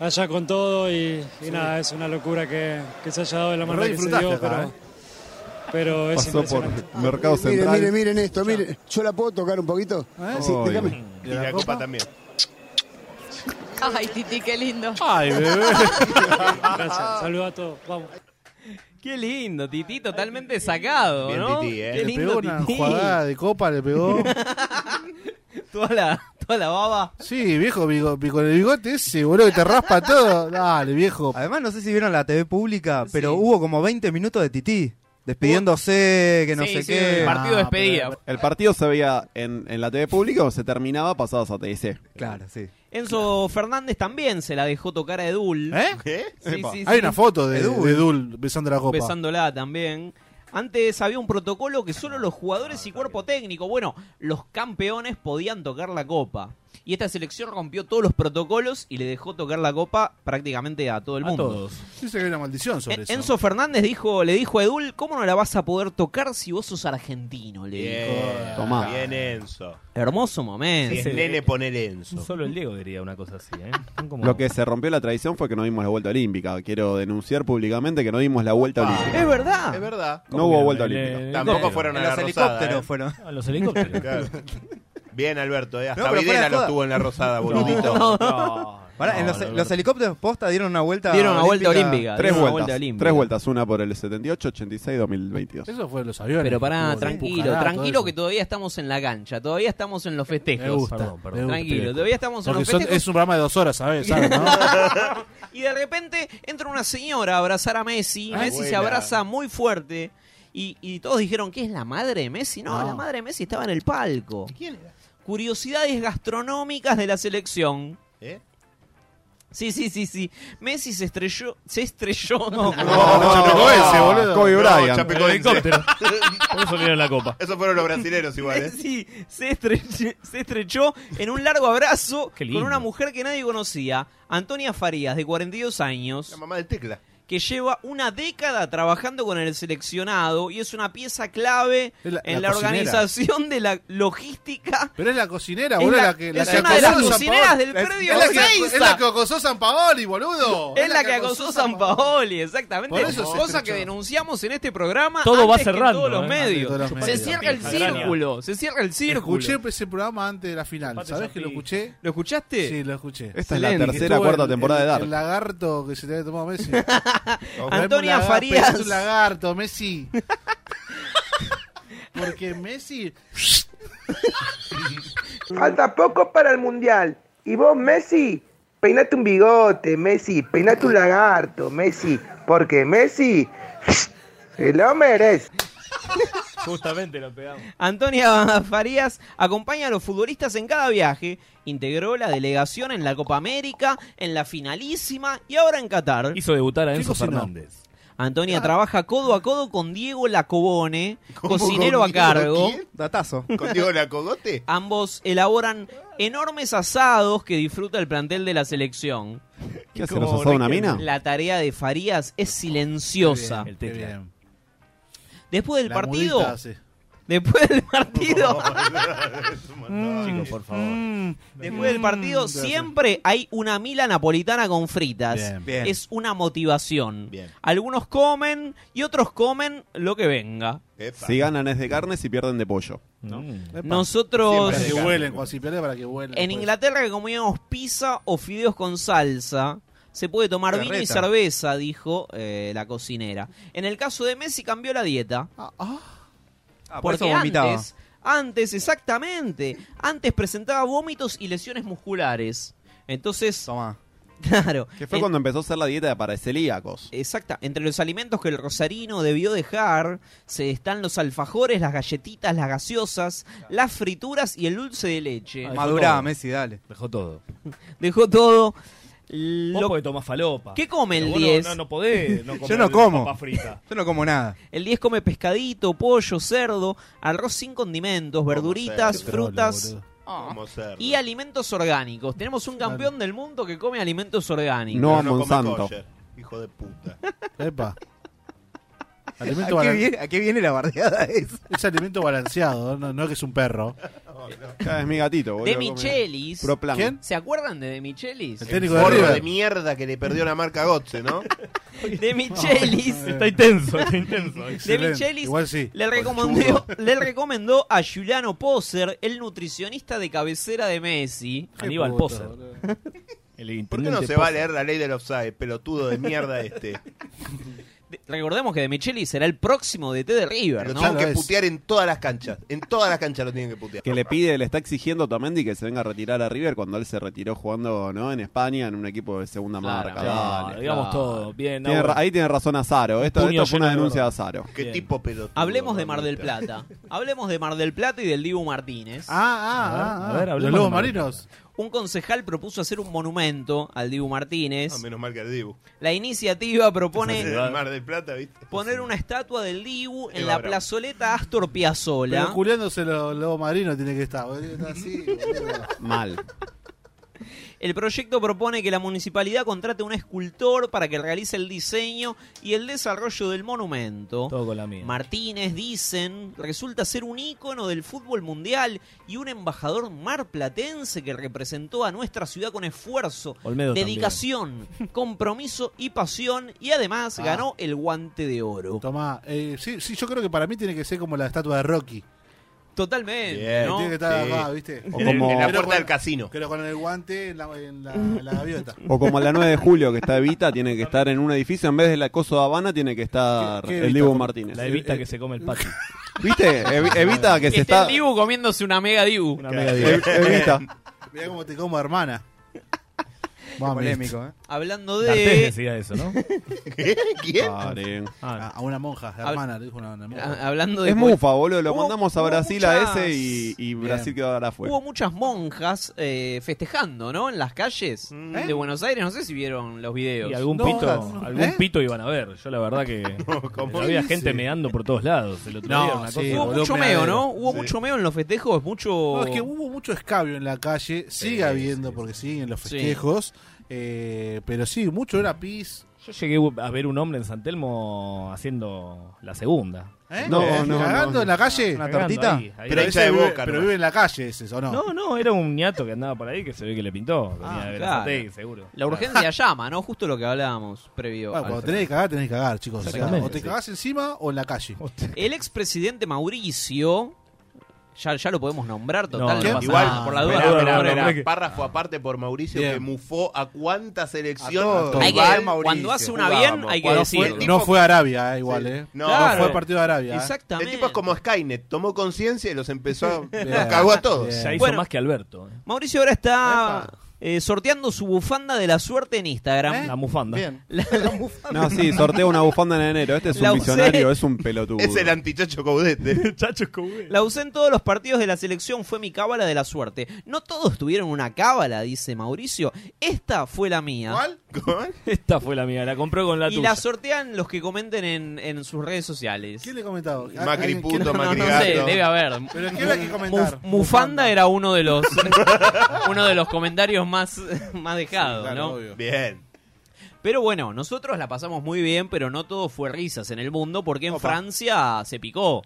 Speaker 15: allá con todo y, y
Speaker 7: Sí.
Speaker 15: nada, es una locura que, que se haya dado de la manera
Speaker 7: Re
Speaker 15: que se
Speaker 7: disfrutaste
Speaker 15: dio,
Speaker 7: acá, ¿eh?
Speaker 15: pero, pero es
Speaker 11: Pasó por
Speaker 15: impresionante.
Speaker 11: Mercado
Speaker 13: Miren,
Speaker 11: Central.
Speaker 13: miren, miren esto, miren. ¿Yo la puedo tocar un poquito? Sí,
Speaker 11: Ay.
Speaker 13: déjame.
Speaker 2: Y la copa también.
Speaker 9: Ay, Titi, qué lindo.
Speaker 7: Ay, bebé.
Speaker 15: Gracias, saludos a todos, vamos.
Speaker 8: Qué lindo, Titi, totalmente sacado,
Speaker 7: Bien,
Speaker 8: ¿no?
Speaker 7: Titi,
Speaker 8: Qué
Speaker 7: ¿eh? Le pegó
Speaker 8: lindo,
Speaker 7: una
Speaker 8: Titi.
Speaker 7: jugada de copa, le pegó.
Speaker 8: toda, la, toda la baba.
Speaker 7: Sí, viejo, bigo- bi- con el bigote ese, boludo, que te raspa todo. Dale, viejo.
Speaker 5: Además, no sé si vieron la TV pública, pero hubo como 20 minutos de Tití. Despidiéndose, que no sé qué.
Speaker 11: Ah, pero- ¿El partido se veía en, en la TV pública o se terminaba pasadas a TIC?
Speaker 5: Claro, sí.
Speaker 8: Enzo Fernández también se la dejó tocar a Edul.
Speaker 7: ¿Eh?
Speaker 8: Sí,
Speaker 7: Epa.
Speaker 8: sí,
Speaker 7: Hay
Speaker 8: sí.
Speaker 7: una foto de,
Speaker 8: Edul.
Speaker 7: de Dul besando la copa.
Speaker 8: Besándola también. Antes había un protocolo que solo los jugadores y cuerpo técnico, bueno, los campeones podían tocar la copa. Y esta selección rompió todos los protocolos y le dejó tocar la copa prácticamente a todo el
Speaker 7: A
Speaker 8: mundo.
Speaker 7: todos. Dice que hay una maldición sobre
Speaker 8: En-
Speaker 7: eso.
Speaker 8: Enzo Fernández dijo, le dijo a Edul, ¿cómo no la vas a poder tocar si vos sos argentino? Le dijo. Tomá.
Speaker 2: Bien, Enzo.
Speaker 8: Hermoso momento.
Speaker 2: Si es nene, poner Enzo.
Speaker 10: Solo el Diego diría una cosa así, ¿eh? Son como-
Speaker 11: Lo que se rompió la tradición fue que no vimos la vuelta olímpica. Quiero denunciar públicamente que no vimos la vuelta olímpica.
Speaker 8: Es verdad.
Speaker 2: Es verdad.
Speaker 11: No hubo vuelta
Speaker 2: En el-
Speaker 11: olímpica.
Speaker 2: en el Tampoco fueron a la rosada. ¿eh?
Speaker 10: A los helicópteros.
Speaker 2: Claro. Bien, Alberto, ¿eh?
Speaker 5: No,
Speaker 2: hasta
Speaker 5: pero fuera
Speaker 2: Videla
Speaker 5: de
Speaker 2: lo
Speaker 5: joda.
Speaker 2: tuvo en la rosada, boludito.
Speaker 5: No, Pará, en los,
Speaker 2: no, no.
Speaker 5: los helicópteros posta dieron una vuelta
Speaker 8: Dieron una vuelta olímpica.
Speaker 11: Tres
Speaker 8: Una
Speaker 11: vueltas.
Speaker 8: vuelta olímpica.
Speaker 11: Tres vueltas. Una por el 78, 86, 2022.
Speaker 7: Eso fue los aviones.
Speaker 8: Pero pará,
Speaker 7: Hubo
Speaker 8: tranquilo,
Speaker 7: Pucará,
Speaker 8: tranquilo
Speaker 7: todo
Speaker 8: que todavía estamos en la cancha, todavía estamos en los festejos.
Speaker 7: Me gusta, me gusta,
Speaker 8: tranquilo,
Speaker 7: viejo.
Speaker 8: todavía estamos en
Speaker 7: Porque
Speaker 8: los
Speaker 7: son-
Speaker 8: festejos.
Speaker 7: es un programa de dos horas, ¿sabes? ¿Sabes, no?
Speaker 8: Y de repente entra una señora a abrazar a Messi.
Speaker 7: Ah,
Speaker 8: Messi se
Speaker 7: buena.
Speaker 8: abraza muy fuerte. Y, y todos dijeron, ¿qué es la madre de Messi? No,
Speaker 7: No.
Speaker 8: la madre de Messi estaba en el palco. Curiosidades gastronómicas de la selección.
Speaker 2: ¿Eh?
Speaker 8: Sí, sí, sí, sí. Messi se estrelló. Se estrelló.
Speaker 2: Chapecoense, boludo.
Speaker 11: Kobe
Speaker 2: No,
Speaker 11: Bryant.
Speaker 2: Chapecoense.
Speaker 11: El helicóptero.
Speaker 10: Por eso le dieron la copa.
Speaker 2: Esos fueron los brasileros igual, ¿eh?
Speaker 8: Messi se, estre- se estrechó en un largo abrazo
Speaker 2: Qué
Speaker 8: con
Speaker 2: lindo.
Speaker 8: una mujer que nadie conocía, Antonia Farías, de 42 años. La
Speaker 2: mamá del Tecla.
Speaker 8: Que lleva una década trabajando con el seleccionado y es una pieza clave
Speaker 7: la-
Speaker 8: en
Speaker 7: la
Speaker 8: la,
Speaker 7: cocinera.
Speaker 8: organización de la logística.
Speaker 7: Pero es la cocinera,
Speaker 8: Es
Speaker 7: boludo,
Speaker 8: la-
Speaker 7: la, que...
Speaker 8: es
Speaker 7: que
Speaker 8: una de las
Speaker 7: acosó San
Speaker 8: cocineras
Speaker 7: Paoli.
Speaker 8: del predio
Speaker 7: Es la que,
Speaker 8: Ezeiza.
Speaker 7: es la que acosó San Paoli, boludo.
Speaker 8: Es la que acosó San Paoli, exactamente.
Speaker 7: Por eso se
Speaker 8: cosa
Speaker 7: estrechó.
Speaker 8: que denunciamos en este programa.
Speaker 7: Todo
Speaker 8: antes
Speaker 7: va
Speaker 8: que en
Speaker 7: cerrando,
Speaker 8: todos los
Speaker 7: ¿eh?
Speaker 8: medios.
Speaker 7: Antes de todos los
Speaker 8: Se
Speaker 7: medios.
Speaker 8: cierra el
Speaker 7: Pijagrana.
Speaker 8: círculo. Se cierra el círculo.
Speaker 7: Escuché ese programa antes de la final.
Speaker 8: Pate
Speaker 7: ¿Sabés que lo
Speaker 8: Yapi.
Speaker 7: escuché?
Speaker 8: ¿Lo escuchaste?
Speaker 7: Sí, lo escuché.
Speaker 11: Esta es la
Speaker 7: Excelente.
Speaker 11: tercera,
Speaker 7: Estuvo
Speaker 11: cuarta
Speaker 7: el-
Speaker 11: temporada de
Speaker 7: el-
Speaker 11: Dark.
Speaker 7: El lagarto que se te había tomado Messi.
Speaker 8: Antonia Farías.
Speaker 7: Es un lagarto, Messi. Porque Messi...
Speaker 16: Falta poco para el mundial. Y vos, Messi, peinate un bigote, Messi, peinate un lagarto, Messi, porque Messi se lo merece.
Speaker 10: Justamente lo pegamos.
Speaker 8: Antonia Farías acompaña a los futbolistas en cada viaje, integró la delegación en la Copa América, en la finalísima y ahora en Qatar.
Speaker 10: Hizo debutar a
Speaker 8: ¿Qué
Speaker 10: Enzo
Speaker 8: cocinó?
Speaker 10: Fernández.
Speaker 7: Ah.
Speaker 8: Antonia trabaja codo a codo con Diego Lacobone,
Speaker 2: ¿Cómo
Speaker 8: cocinero
Speaker 2: con
Speaker 8: a
Speaker 2: Diego
Speaker 8: cargo.
Speaker 2: quién?
Speaker 5: Datazo.
Speaker 2: ¿Con Diego Lacogote?
Speaker 8: Ambos elaboran enormes asados que disfruta el plantel de la selección.
Speaker 11: ¿Qué hacen, los asados de una mina?
Speaker 8: La tarea de Farías es silenciosa.
Speaker 7: Qué bien.
Speaker 8: Después del
Speaker 7: La
Speaker 8: partido,
Speaker 7: mudita hace.
Speaker 8: después del partido, Mm,
Speaker 7: Chicos, por favor.
Speaker 8: Después del partido siempre hay una mila napolitana con fritas.
Speaker 7: Bien. Bien.
Speaker 8: Es una motivación. Algunos comen y otros comen lo que venga.
Speaker 11: Si ganan es de carne, si pierden de pollo.
Speaker 8: ¿no?
Speaker 7: Epa.
Speaker 8: Mm. Nosotros-
Speaker 7: Para que vuelen, cuando si peleas, para que vuelen.
Speaker 8: En
Speaker 7: pues.
Speaker 8: Inglaterra que comíamos pizza o fideos con salsa, se puede tomar vino y
Speaker 7: Carreta.
Speaker 8: cerveza, dijo eh, la cocinera. En el caso de Messi cambió la dieta.
Speaker 7: ah.
Speaker 5: Ah, por
Speaker 8: Porque
Speaker 5: eso vomitaba.
Speaker 8: antes, antes, exactamente, antes presentaba vómitos y lesiones musculares. Entonces, claro.
Speaker 11: Que fue
Speaker 8: En-
Speaker 11: cuando empezó a hacer la dieta para celíacos.
Speaker 8: Exacta. Entre los alimentos que el rosarino debió dejar se están los alfajores, las galletitas, las gaseosas, las frituras y el dulce de
Speaker 10: Ah,
Speaker 8: leche.
Speaker 5: Madurá, Messi, dale.
Speaker 10: Dejó todo.
Speaker 8: Dejó todo.
Speaker 10: Vos
Speaker 8: Lo-
Speaker 10: porque tomás falopa.
Speaker 8: ¿Qué come el
Speaker 10: Pero vos no-
Speaker 8: 10?
Speaker 10: No, no podés. No
Speaker 8: Yo
Speaker 10: comer
Speaker 8: no como.
Speaker 10: Papa frita.
Speaker 5: Yo no como
Speaker 11: Ah.
Speaker 5: nada.
Speaker 8: El 10 come pescadito, pollo, cerdo, arroz sin condimentos, verduritas,
Speaker 2: cerdo?
Speaker 8: frutas
Speaker 2: Como cerdo.
Speaker 8: y alimentos orgánicos. Tenemos un campeón del mundo que come alimentos orgánicos.
Speaker 11: No a
Speaker 2: Pero come
Speaker 11: Monsanto.
Speaker 2: kosher, Hijo de puta.
Speaker 7: Epa.
Speaker 5: ¿A qué viene- a qué viene la bardeada esa?
Speaker 7: Es alimento balanceado, no, no que es un perro.
Speaker 11: Es mi gatito,
Speaker 8: De Michelis.
Speaker 11: Pro plan.
Speaker 7: ¿Quién?
Speaker 8: ¿Se acuerdan de De Michelis?
Speaker 7: El técnico
Speaker 2: Gordo
Speaker 7: de River.
Speaker 2: de mierda que le perdió la marca a Gotze, ¿no?
Speaker 8: De Michelis.
Speaker 7: Está
Speaker 10: intenso, está intenso.
Speaker 8: De
Speaker 7: Excelente.
Speaker 8: Michelis
Speaker 7: Igual sí.
Speaker 8: le, recomendó, le recomendó a Juliano Poser, el nutricionista de cabecera de Messi.
Speaker 10: Aníbal puto, Poser.
Speaker 2: ¿Por qué no se va a leer la ley del offside, pelotudo de mierda este?
Speaker 8: De- Recordemos que De Michelis será el próximo DT de River,
Speaker 2: Lo
Speaker 8: ¿no?
Speaker 2: tienen que putear en todas las canchas. En todas las canchas lo tienen que putear.
Speaker 11: Que le pide, le está exigiendo a Tamendi que se venga a retirar a River cuando él se retiró jugando ¿no? en España en un equipo de segunda marca.
Speaker 10: Claro,
Speaker 11: Dale,
Speaker 10: digamos
Speaker 11: claro.
Speaker 10: todo. Bien,
Speaker 11: Tiene
Speaker 10: ahora.
Speaker 11: ra- ahí tiene razón Azaro. Esto,
Speaker 10: Puño
Speaker 11: esto fue
Speaker 10: lleno
Speaker 11: una
Speaker 10: de
Speaker 11: denuncia de Azaro.
Speaker 2: ¿Qué tipo pelotudo?
Speaker 8: Hablemos de Mar del Plata. Hablemos de Mar del Plata y del Dibu Martínez.
Speaker 7: Ah, ah, ah.
Speaker 8: A ver,
Speaker 7: ah.
Speaker 8: hablemos
Speaker 7: Los lobos
Speaker 8: de Mario.
Speaker 7: marinos.
Speaker 8: Un concejal propuso hacer un monumento al Dibu Martínez.
Speaker 2: Ah, menos mal que al Dibu.
Speaker 8: La iniciativa
Speaker 2: En
Speaker 8: propone
Speaker 2: el Mar del Plata, ¿viste?
Speaker 8: poner una estatua del Dibu en
Speaker 2: Eva
Speaker 8: la
Speaker 2: Braun.
Speaker 8: plazoleta Astor Piazzolla.
Speaker 7: Pero culiándose los lobos marinos tiene que estar. boludo, Está así. boludo.
Speaker 11: Mal.
Speaker 8: El proyecto propone que la municipalidad contrate un escultor para que realice el diseño y el desarrollo del monumento.
Speaker 10: Todo con la mía.
Speaker 8: Martínez, dicen, resulta ser un ícono del fútbol mundial y un embajador marplatense que representó a nuestra ciudad con esfuerzo,
Speaker 10: Olmedo también.
Speaker 8: dedicación, compromiso y pasión y además
Speaker 7: Ah.
Speaker 8: ganó el guante de oro.
Speaker 7: Tomá. Eh, sí, sí, yo creo que para mí tiene que ser como la estatua de Rocky.
Speaker 8: Totalmente.
Speaker 2: Bien,
Speaker 8: ¿no?
Speaker 7: Tiene que estar
Speaker 2: Sí.
Speaker 7: acá, ¿viste?
Speaker 11: O como-
Speaker 2: En la puerta
Speaker 7: Pero con-
Speaker 2: del casino.
Speaker 7: Pero con el guante en la, en la, en la gaviota.
Speaker 11: O como la 9 de julio que está Evita, tiene que estar en un edificio. En vez del acoso de Habana, tiene que estar
Speaker 7: ¿Qué- qué
Speaker 11: el
Speaker 7: Evita?
Speaker 11: Dibu
Speaker 7: Como-
Speaker 11: Martínez.
Speaker 10: La evita que Este se come el patio.
Speaker 11: ¿Viste? Evi- Evita que se está.
Speaker 8: Este Dibu comiéndose una mega Dibu.
Speaker 10: Una mega
Speaker 11: Ev-
Speaker 10: dieta.
Speaker 11: Evita.
Speaker 7: Mirá cómo te como, hermana. Vamos,
Speaker 5: Polémico, ¿eh?
Speaker 8: Hablando de...
Speaker 10: D'Artés decía eso, ¿no?
Speaker 2: ¿Quién?
Speaker 11: Paren.
Speaker 5: Ah,
Speaker 7: A, a una monja,
Speaker 8: Hab-
Speaker 7: hermana, le dijo una, una monja.
Speaker 8: Ah, Hablando de
Speaker 11: Es mufa, boludo. Lo
Speaker 8: Hubo-
Speaker 11: mandamos a
Speaker 8: hubo
Speaker 11: Brasil
Speaker 8: muchas-
Speaker 11: a ese y, y Brasil quedó ahora afuera.
Speaker 8: Hubo muchas monjas eh, festejando, ¿no? En las calles de Buenos Aires. No sé si vieron los videos.
Speaker 10: Mm. ¿Eh? Y algún
Speaker 7: No,
Speaker 10: pito,
Speaker 7: no, no.
Speaker 10: algún
Speaker 7: ¿Eh?
Speaker 10: pito iban a ver. Yo la verdad que
Speaker 2: ¿cómo
Speaker 10: había
Speaker 7: dice?
Speaker 10: gente meando por todos lados el otro
Speaker 7: No,
Speaker 10: día, una
Speaker 7: sí,
Speaker 10: cosa-
Speaker 8: Hubo
Speaker 7: boludo,
Speaker 8: mucho
Speaker 7: meadero.
Speaker 8: meo, ¿no? Hubo
Speaker 7: Sí.
Speaker 8: mucho meo en los festejos, mucho...
Speaker 7: No, es que hubo mucho escabio en la calle, sigue habiendo, porque siguen los festejos, eh, pero sí, mucho era pis.
Speaker 10: Yo llegué a ver un hombre en San Telmo haciendo la segunda.
Speaker 7: ¿Eh?
Speaker 11: No,
Speaker 7: ¿Eh?
Speaker 11: no,
Speaker 7: ¿Cagando
Speaker 11: no.
Speaker 7: en la calle?
Speaker 10: Cagando ahí, ahí.
Speaker 7: Pero,
Speaker 2: Pero
Speaker 7: ese
Speaker 2: hincha de
Speaker 7: vive,
Speaker 2: Boca
Speaker 7: pero
Speaker 2: nomás.
Speaker 7: vive en la calle ese, ¿o no?
Speaker 10: No, no, era un niato que andaba por ahí que se ve que le pintó. Venía de
Speaker 8: Ah, claro.
Speaker 10: Berazategui, seguro.
Speaker 8: La urgencia llama, ¿no? Justo lo que hablábamos previo.
Speaker 7: Bueno,
Speaker 8: al
Speaker 7: cuando
Speaker 8: festejo.
Speaker 7: tenés que cagar, tenés que cagar, chicos. O, sea,
Speaker 10: Exactamente,
Speaker 7: o te
Speaker 10: sí.
Speaker 7: cagás encima o en la calle.
Speaker 8: El expresidente Mauricio... Ya, ya lo podemos nombrar
Speaker 10: no
Speaker 8: total.
Speaker 10: pasa
Speaker 8: igual,
Speaker 7: nada.
Speaker 8: por la duda.
Speaker 2: Esperá,
Speaker 10: Bueno,
Speaker 2: esperá,
Speaker 10: bueno,
Speaker 2: esperá.
Speaker 10: bueno, que-
Speaker 2: Párrafo aparte por Mauricio
Speaker 7: Bien.
Speaker 2: que mufó a cuánta
Speaker 7: A todos.
Speaker 2: selección.
Speaker 7: Hay
Speaker 8: Hay que-
Speaker 2: rival Mauricio.
Speaker 8: cuando hace una bien,
Speaker 2: Vamos,
Speaker 8: hay que
Speaker 2: cuando
Speaker 7: Fue-
Speaker 8: decirlo.
Speaker 7: no fue Arabia, eh, igual, ¿eh?
Speaker 2: No,
Speaker 8: Claro.
Speaker 7: No fue el partido de Arabia. eh.
Speaker 2: El
Speaker 8: Exactamente.
Speaker 2: tipo es como Skynet, tomó conciencia y los empezó a...
Speaker 7: Bien.
Speaker 2: los cagó a todos.
Speaker 10: Ya hizo
Speaker 8: Bueno.
Speaker 10: más que Alberto. eh.
Speaker 8: Mauricio ahora está eh, sorteando su bufanda de la suerte en Instagram.
Speaker 10: La mufanda.
Speaker 7: Bien.
Speaker 8: La-
Speaker 11: No, sí, sortea una bufanda en enero. Este es
Speaker 8: La
Speaker 11: un
Speaker 8: usé.
Speaker 11: visionario, es un pelotudo.
Speaker 2: Es el antichacho caudete.
Speaker 10: Chacho Escobedo.
Speaker 8: La usé en todos los partidos de la selección, fue mi cábala de la suerte. No todos tuvieron una cábala, dice Mauricio. Esta fue la mía.
Speaker 2: ¿Cuál? ¿Cuál?
Speaker 10: Esta fue la mía, la compró con la
Speaker 8: y
Speaker 10: tuya.
Speaker 8: la sortean los que comenten en, en sus redes sociales.
Speaker 7: ¿Quién le comentaba?
Speaker 2: Macri
Speaker 7: ¿Alguien-
Speaker 2: puto,
Speaker 7: quién-
Speaker 8: No, no,
Speaker 2: Macri
Speaker 8: no sé,
Speaker 2: gato.
Speaker 8: debe haber.
Speaker 7: Pero ¿qué había que comentar?
Speaker 8: Muf- Mufanda era uno de los uno de los comentarios más, más dejados,
Speaker 7: Claro,
Speaker 8: ¿no?
Speaker 7: obvio.
Speaker 2: Bien.
Speaker 8: Pero bueno, nosotros la pasamos muy bien, pero no todo fue risas en el mundo porque en
Speaker 7: Opa.
Speaker 8: Francia se picó.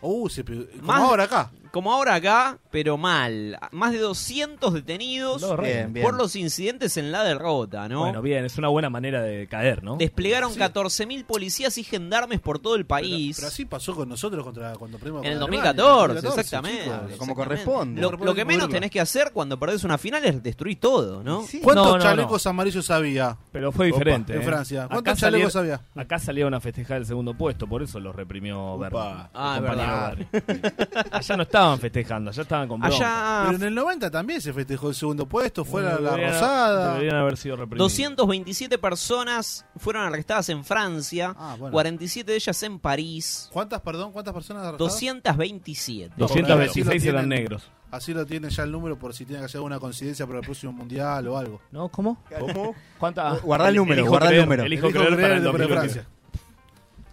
Speaker 7: Uh, se pe- como
Speaker 8: Más-
Speaker 7: ahora acá.
Speaker 8: como ahora acá, pero mal. Más de 200 detenidos
Speaker 10: No, re bien, bien.
Speaker 8: por los incidentes en la derrota, ¿no?
Speaker 10: Bueno, bien, es una buena manera de caer, ¿no?
Speaker 8: Desplegaron 14.000 policías y gendarmes por todo el país.
Speaker 7: Pero así pasó con nosotros contra, cuando perdimos
Speaker 8: En el
Speaker 7: contra
Speaker 8: 2014,
Speaker 7: Alemania, en el 2014,
Speaker 8: exactamente.
Speaker 7: chicos.
Speaker 8: exactamente. Lo, lo que menos tenés que hacer cuando perdés una final es destruir todo, ¿no?
Speaker 7: ¿Cuántos chalecos amarillos había?
Speaker 10: Pero fue diferente.
Speaker 7: En
Speaker 10: ¿eh?
Speaker 7: Francia.
Speaker 10: Acá
Speaker 7: ¿Cuántos chalecos
Speaker 10: salieron-
Speaker 7: había?
Speaker 10: Acá salieron a festejar el segundo puesto, por eso los reprimió Berni.
Speaker 8: Ah,
Speaker 10: el
Speaker 8: es verdad.
Speaker 10: compañero Berni. allá no estaban festejando, allá estaban con bronca.
Speaker 7: Pero en el 90 también se festejó el segundo puesto, fue la, la
Speaker 10: Deberían-
Speaker 7: rosada.
Speaker 10: Deberían haber sido reprimidos.
Speaker 8: 227 personas fueron arrestadas en Francia,
Speaker 7: Ah, bueno.
Speaker 8: 47 de ellas en París.
Speaker 7: ¿Cuántas, perdón, cuántas personas arrestadas?
Speaker 8: 227.
Speaker 7: No, porque así
Speaker 10: 226
Speaker 7: lo
Speaker 10: eran
Speaker 7: tienen-
Speaker 10: negros.
Speaker 7: Así lo tiene ya el número por si tiene que hacer una coincidencia para el próximo mundial o algo.
Speaker 10: ¿No? ¿Cómo?
Speaker 7: ¿Cómo?
Speaker 8: Ah,
Speaker 10: ¿Cuánta?
Speaker 5: Guardá el número,
Speaker 10: elijo
Speaker 5: guardá el
Speaker 10: creer,
Speaker 5: número.
Speaker 10: elijo
Speaker 7: Elijo
Speaker 10: creer para
Speaker 7: creer
Speaker 10: el
Speaker 7: de
Speaker 10: 2021.
Speaker 7: Francia.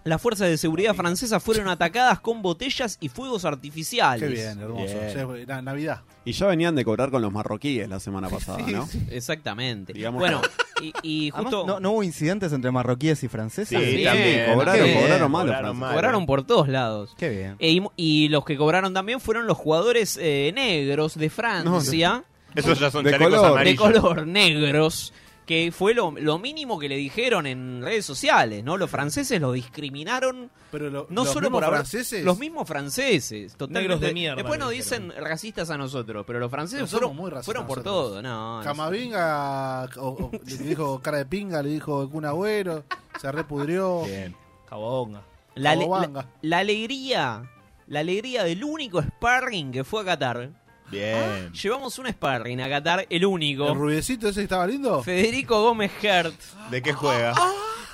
Speaker 8: Las fuerzas de seguridad francesas fueron atacadas con botellas y fuegos artificiales.
Speaker 7: Qué bien, hermoso.
Speaker 11: Bien.
Speaker 7: O sea, era Eh, Navidad.
Speaker 11: Y ya venían de cobrar con los marroquíes la semana pasada, ¿no?
Speaker 8: Exactamente.
Speaker 11: Digamos-
Speaker 8: bueno, y, y
Speaker 5: Además,
Speaker 8: justo
Speaker 5: ¿no, no hubo incidentes entre marroquíes y franceses?
Speaker 8: Sí, Sí, también.
Speaker 5: Cobraron,
Speaker 8: también.
Speaker 5: cobraron mal. los
Speaker 8: Cobraron
Speaker 5: franceses.
Speaker 8: Cobraron por todos lados.
Speaker 5: Qué bien.
Speaker 8: E- y, mu- y los que cobraron también fueron los jugadores eh, negros de Francia.
Speaker 17: No, no. Esos ya son
Speaker 8: de
Speaker 17: chalecos
Speaker 8: color,
Speaker 17: amarillos.
Speaker 8: De color, negros. Que fue lo, lo mínimo que le dijeron en redes sociales, ¿no? Los franceses los discriminaron.
Speaker 7: Pero lo-
Speaker 8: no
Speaker 7: los
Speaker 8: solo
Speaker 7: mismos
Speaker 8: por haber-
Speaker 7: franceses.
Speaker 8: Los mismos franceses. Totalmente.
Speaker 7: Negros de mierda,
Speaker 8: Después nos
Speaker 7: le
Speaker 8: dicen racistas a nosotros, pero los franceses
Speaker 7: No somos
Speaker 8: fueron,
Speaker 7: muy racistas
Speaker 8: fueron por
Speaker 7: nosotros.
Speaker 8: todo. Ah, No, no sé.
Speaker 7: Camavinga o- o- le dijo cara de pinga, le dijo un agüero, se repudrió.
Speaker 10: Bien. Cabonga.
Speaker 8: La, ale-
Speaker 7: Cowabunga.
Speaker 8: la- la alegría, la alegría del único sparring que fue a Qatar.
Speaker 17: Bien.
Speaker 8: Llevamos un sparring a Qatar, el único.
Speaker 7: ¿El rubiecito ese que estaba lindo?
Speaker 8: Federico Gómez Hert,
Speaker 17: ¿De qué juega?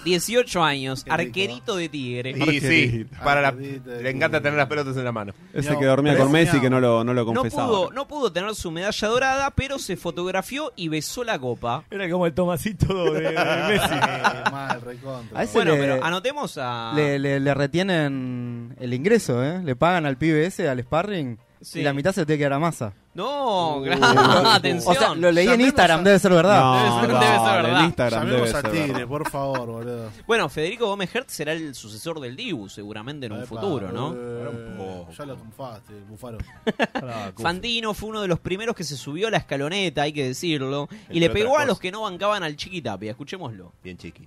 Speaker 8: 18 años,
Speaker 7: rico,
Speaker 8: arquerito de Tigre.
Speaker 17: Y sí, para la- le encanta tener las pelotas en la mano.
Speaker 11: Ese que dormía con Messi que no lo, no lo
Speaker 8: No
Speaker 11: confesaba.
Speaker 8: pudo, no pudo tener su medalla dorada, pero se fotografió y besó la copa.
Speaker 10: Era como el Tomasito de, de Messi.
Speaker 7: Eh, Mal, recontra.
Speaker 5: A ese
Speaker 8: Bueno,
Speaker 5: le-
Speaker 8: pero anotemos a.
Speaker 5: Le, le- le retienen el ingreso, ¿eh? Le pagan al pibe ese, al sparring,
Speaker 8: Sí.
Speaker 5: y la mitad se tiene que dar a masa.
Speaker 8: No,
Speaker 5: Uh.
Speaker 8: gran- atención.
Speaker 5: O sea, lo leí en Instagram, debe ser verdad.
Speaker 8: Debe ser- debe ser verdad.
Speaker 7: Llamemos al Tigre, por favor, boludo.
Speaker 8: Bueno, Federico Gómez Hert será el sucesor del Dibu, seguramente en un
Speaker 7: Epa,
Speaker 8: futuro, ¿no?
Speaker 7: eh, ya lo confaste, bufaro.
Speaker 8: Fantino fue uno de los primeros que se subió a la escaloneta, hay que decirlo, y
Speaker 7: Entre
Speaker 8: le pegó
Speaker 7: otras
Speaker 8: a los que no bancaban al Chiquitapia. Escuchémoslo.
Speaker 17: Bien, Chiqui.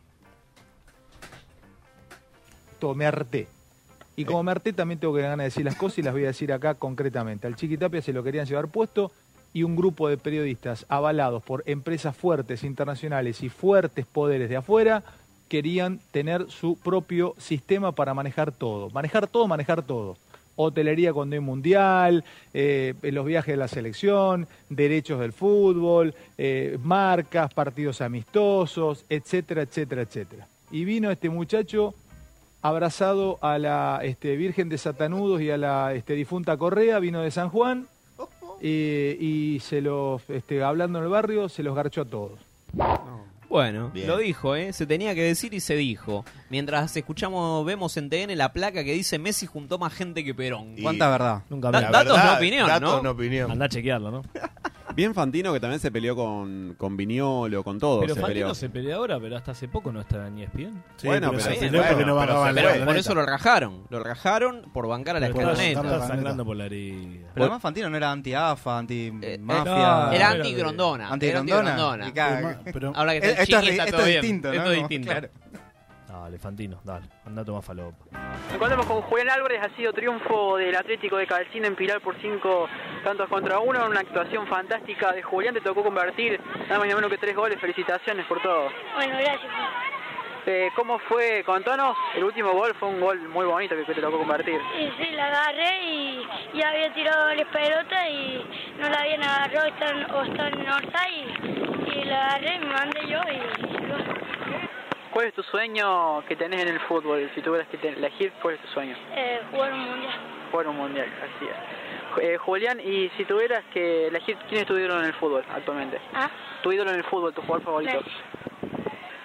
Speaker 14: me harté. Y como me harté también tengo que ganas de decir las cosas y las voy a decir acá concretamente. Al Chiqui Tapia se lo querían llevar puesto y un grupo de periodistas avalados por empresas fuertes internacionales y fuertes poderes de afuera querían tener su propio sistema para manejar todo. Manejar todo, manejar todo. Hotelería cuando hay mundial, eh, los viajes de la selección, derechos del fútbol, eh, marcas, partidos amistosos, etcétera, etcétera, etcétera. Y vino este muchacho abrazado a la este, Virgen de Satanudos y a la este, difunta Correa, vino de San Juan eh, y se los, este, hablando en el barrio, se los garchó a todos.
Speaker 8: Bueno,
Speaker 14: Bien.
Speaker 8: lo dijo, ¿eh? Se tenía que decir y se dijo. Mientras escuchamos, vemos en TN la placa que dice Messi juntó más gente que Perón.
Speaker 5: ¿Cuánta verdad?
Speaker 8: Nunca
Speaker 11: vi.
Speaker 8: da-
Speaker 11: La
Speaker 8: datos de
Speaker 11: verdad,
Speaker 8: opinión,
Speaker 11: datos
Speaker 8: ¿no?
Speaker 11: de opinión. Andá
Speaker 10: a chequearlo, ¿no?
Speaker 11: Bien Fantino que también se peleó con, con Viñolo, con todo.
Speaker 10: Pero
Speaker 11: se
Speaker 10: Fantino
Speaker 11: peleó.
Speaker 10: se pelea ahora, pero hasta hace poco no estaba en E ESPN.
Speaker 11: Bueno, pero
Speaker 10: se
Speaker 11: bien,
Speaker 10: peleó porque
Speaker 11: bueno,
Speaker 10: no bancaba
Speaker 11: pero
Speaker 10: la
Speaker 11: se-
Speaker 10: escaloneta.
Speaker 8: Por eso lo rajaron. Lo rajaron por bancar a la
Speaker 10: Pero está-
Speaker 8: escaloneta.
Speaker 10: Está sangrando por la herida.
Speaker 5: Pero además Fantino no era anti-AFA, anti-mafia.
Speaker 8: Eh, no, era anti-Grondona, era anti-Grondona.
Speaker 5: Y caga. Eh,
Speaker 8: Ahora que
Speaker 5: esto
Speaker 8: está el
Speaker 5: es,
Speaker 8: chiqui,
Speaker 5: ri-
Speaker 8: está
Speaker 5: esto
Speaker 8: todo
Speaker 5: es
Speaker 8: bien.
Speaker 5: distinto, ¿no?
Speaker 8: Esto es
Speaker 5: Como-
Speaker 8: distinto.
Speaker 5: claro.
Speaker 10: Dale, Fantino, dale. Andá a tomar falopa.
Speaker 9: Encontramos con Julián Álvarez, ha sido triunfo del Atlético de Calcina en Pilar por cinco tantos contra uno, una actuación fantástica de Julián, te tocó convertir nada más y nada menos que tres goles, felicitaciones por todo.
Speaker 18: Bueno, gracias.
Speaker 9: Eh, ¿Cómo fue? Contanos, el último gol fue un gol muy bonito que te tocó convertir.
Speaker 18: Y sí, la agarré y ya había tirado varias pelotas y no la habían agarrado, están, o están en Orsa y, y la agarré y me mandé yo y
Speaker 9: ¿Cuál es tu sueño que tenés en el fútbol? Si tuvieras que te- elegir, ¿cuál es tu sueño?
Speaker 18: eh, jugar un mundial.
Speaker 9: Jugar un mundial, así es. Ju- eh, Julián, y si tuvieras que elegir, ¿quién es tu ídolo en el fútbol actualmente?
Speaker 18: ¿Ah?
Speaker 9: tu ídolo en el fútbol, tu jugador favorito.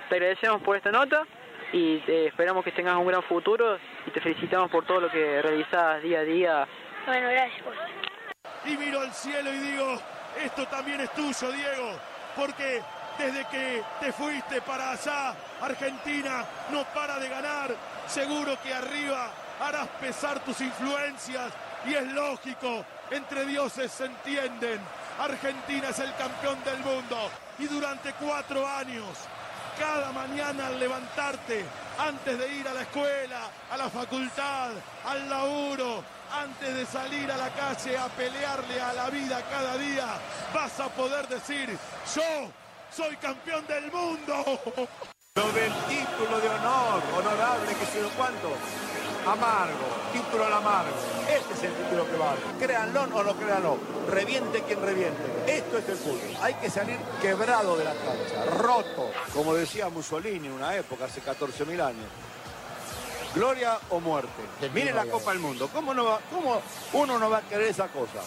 Speaker 9: Te agradecemos por esta nota y eh, esperamos que tengas un gran futuro y te felicitamos por todo lo que realizás día a día.
Speaker 18: Bueno, gracias. pues. Por...
Speaker 19: y miro al cielo y digo, esto también es tuyo, Diego, porque desde que te fuiste para allá, Argentina no para de ganar, seguro que arriba harás pesar tus influencias y es lógico, entre dioses se entienden. Argentina es el campeón del mundo y durante cuatro años, cada mañana al levantarte, antes de ir a la escuela, a la facultad, al laburo, antes de salir a la calle a pelearle a la vida cada día, vas a poder decir, yo soy campeón del mundo.
Speaker 20: Lo del título de honor, honorable, que sé yo cuánto. Amargo, título al amargo. Este es el título que vale. Créanlo o no créanlo. Reviente quien reviente. Esto es el fútbol. Hay que salir quebrado de la cancha, roto. Como decía Mussolini una época, hace 14.000 años. Gloria o muerte. Miren la Copa del Mundo. ¿Cómo, no va- cómo uno no va a querer esa cosa?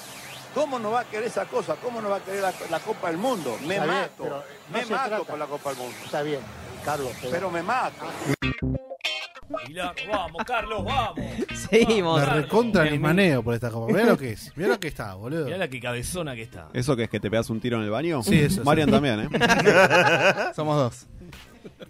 Speaker 20: ¿Cómo no va a querer esa cosa? ¿Cómo no va a querer la, la Copa del Mundo? Me
Speaker 13: Está bien,
Speaker 20: mato.
Speaker 13: pero, eh, no
Speaker 20: me
Speaker 13: se
Speaker 20: mato
Speaker 13: trata.
Speaker 20: con la Copa del Mundo.
Speaker 13: Está bien, Carlos.
Speaker 20: Pero me mato.
Speaker 10: vamos, Carlos, vamos.
Speaker 8: Seguimos.
Speaker 7: Me recontra el maneo por esta copa. Mirá lo que es. Mirá lo que está, boludo.
Speaker 10: Mirá la que cabezona que está.
Speaker 11: ¿Eso que es que te pegas un tiro en el baño?
Speaker 7: Sí, eso, sí.
Speaker 11: Marian también, ¿eh?
Speaker 5: Somos dos.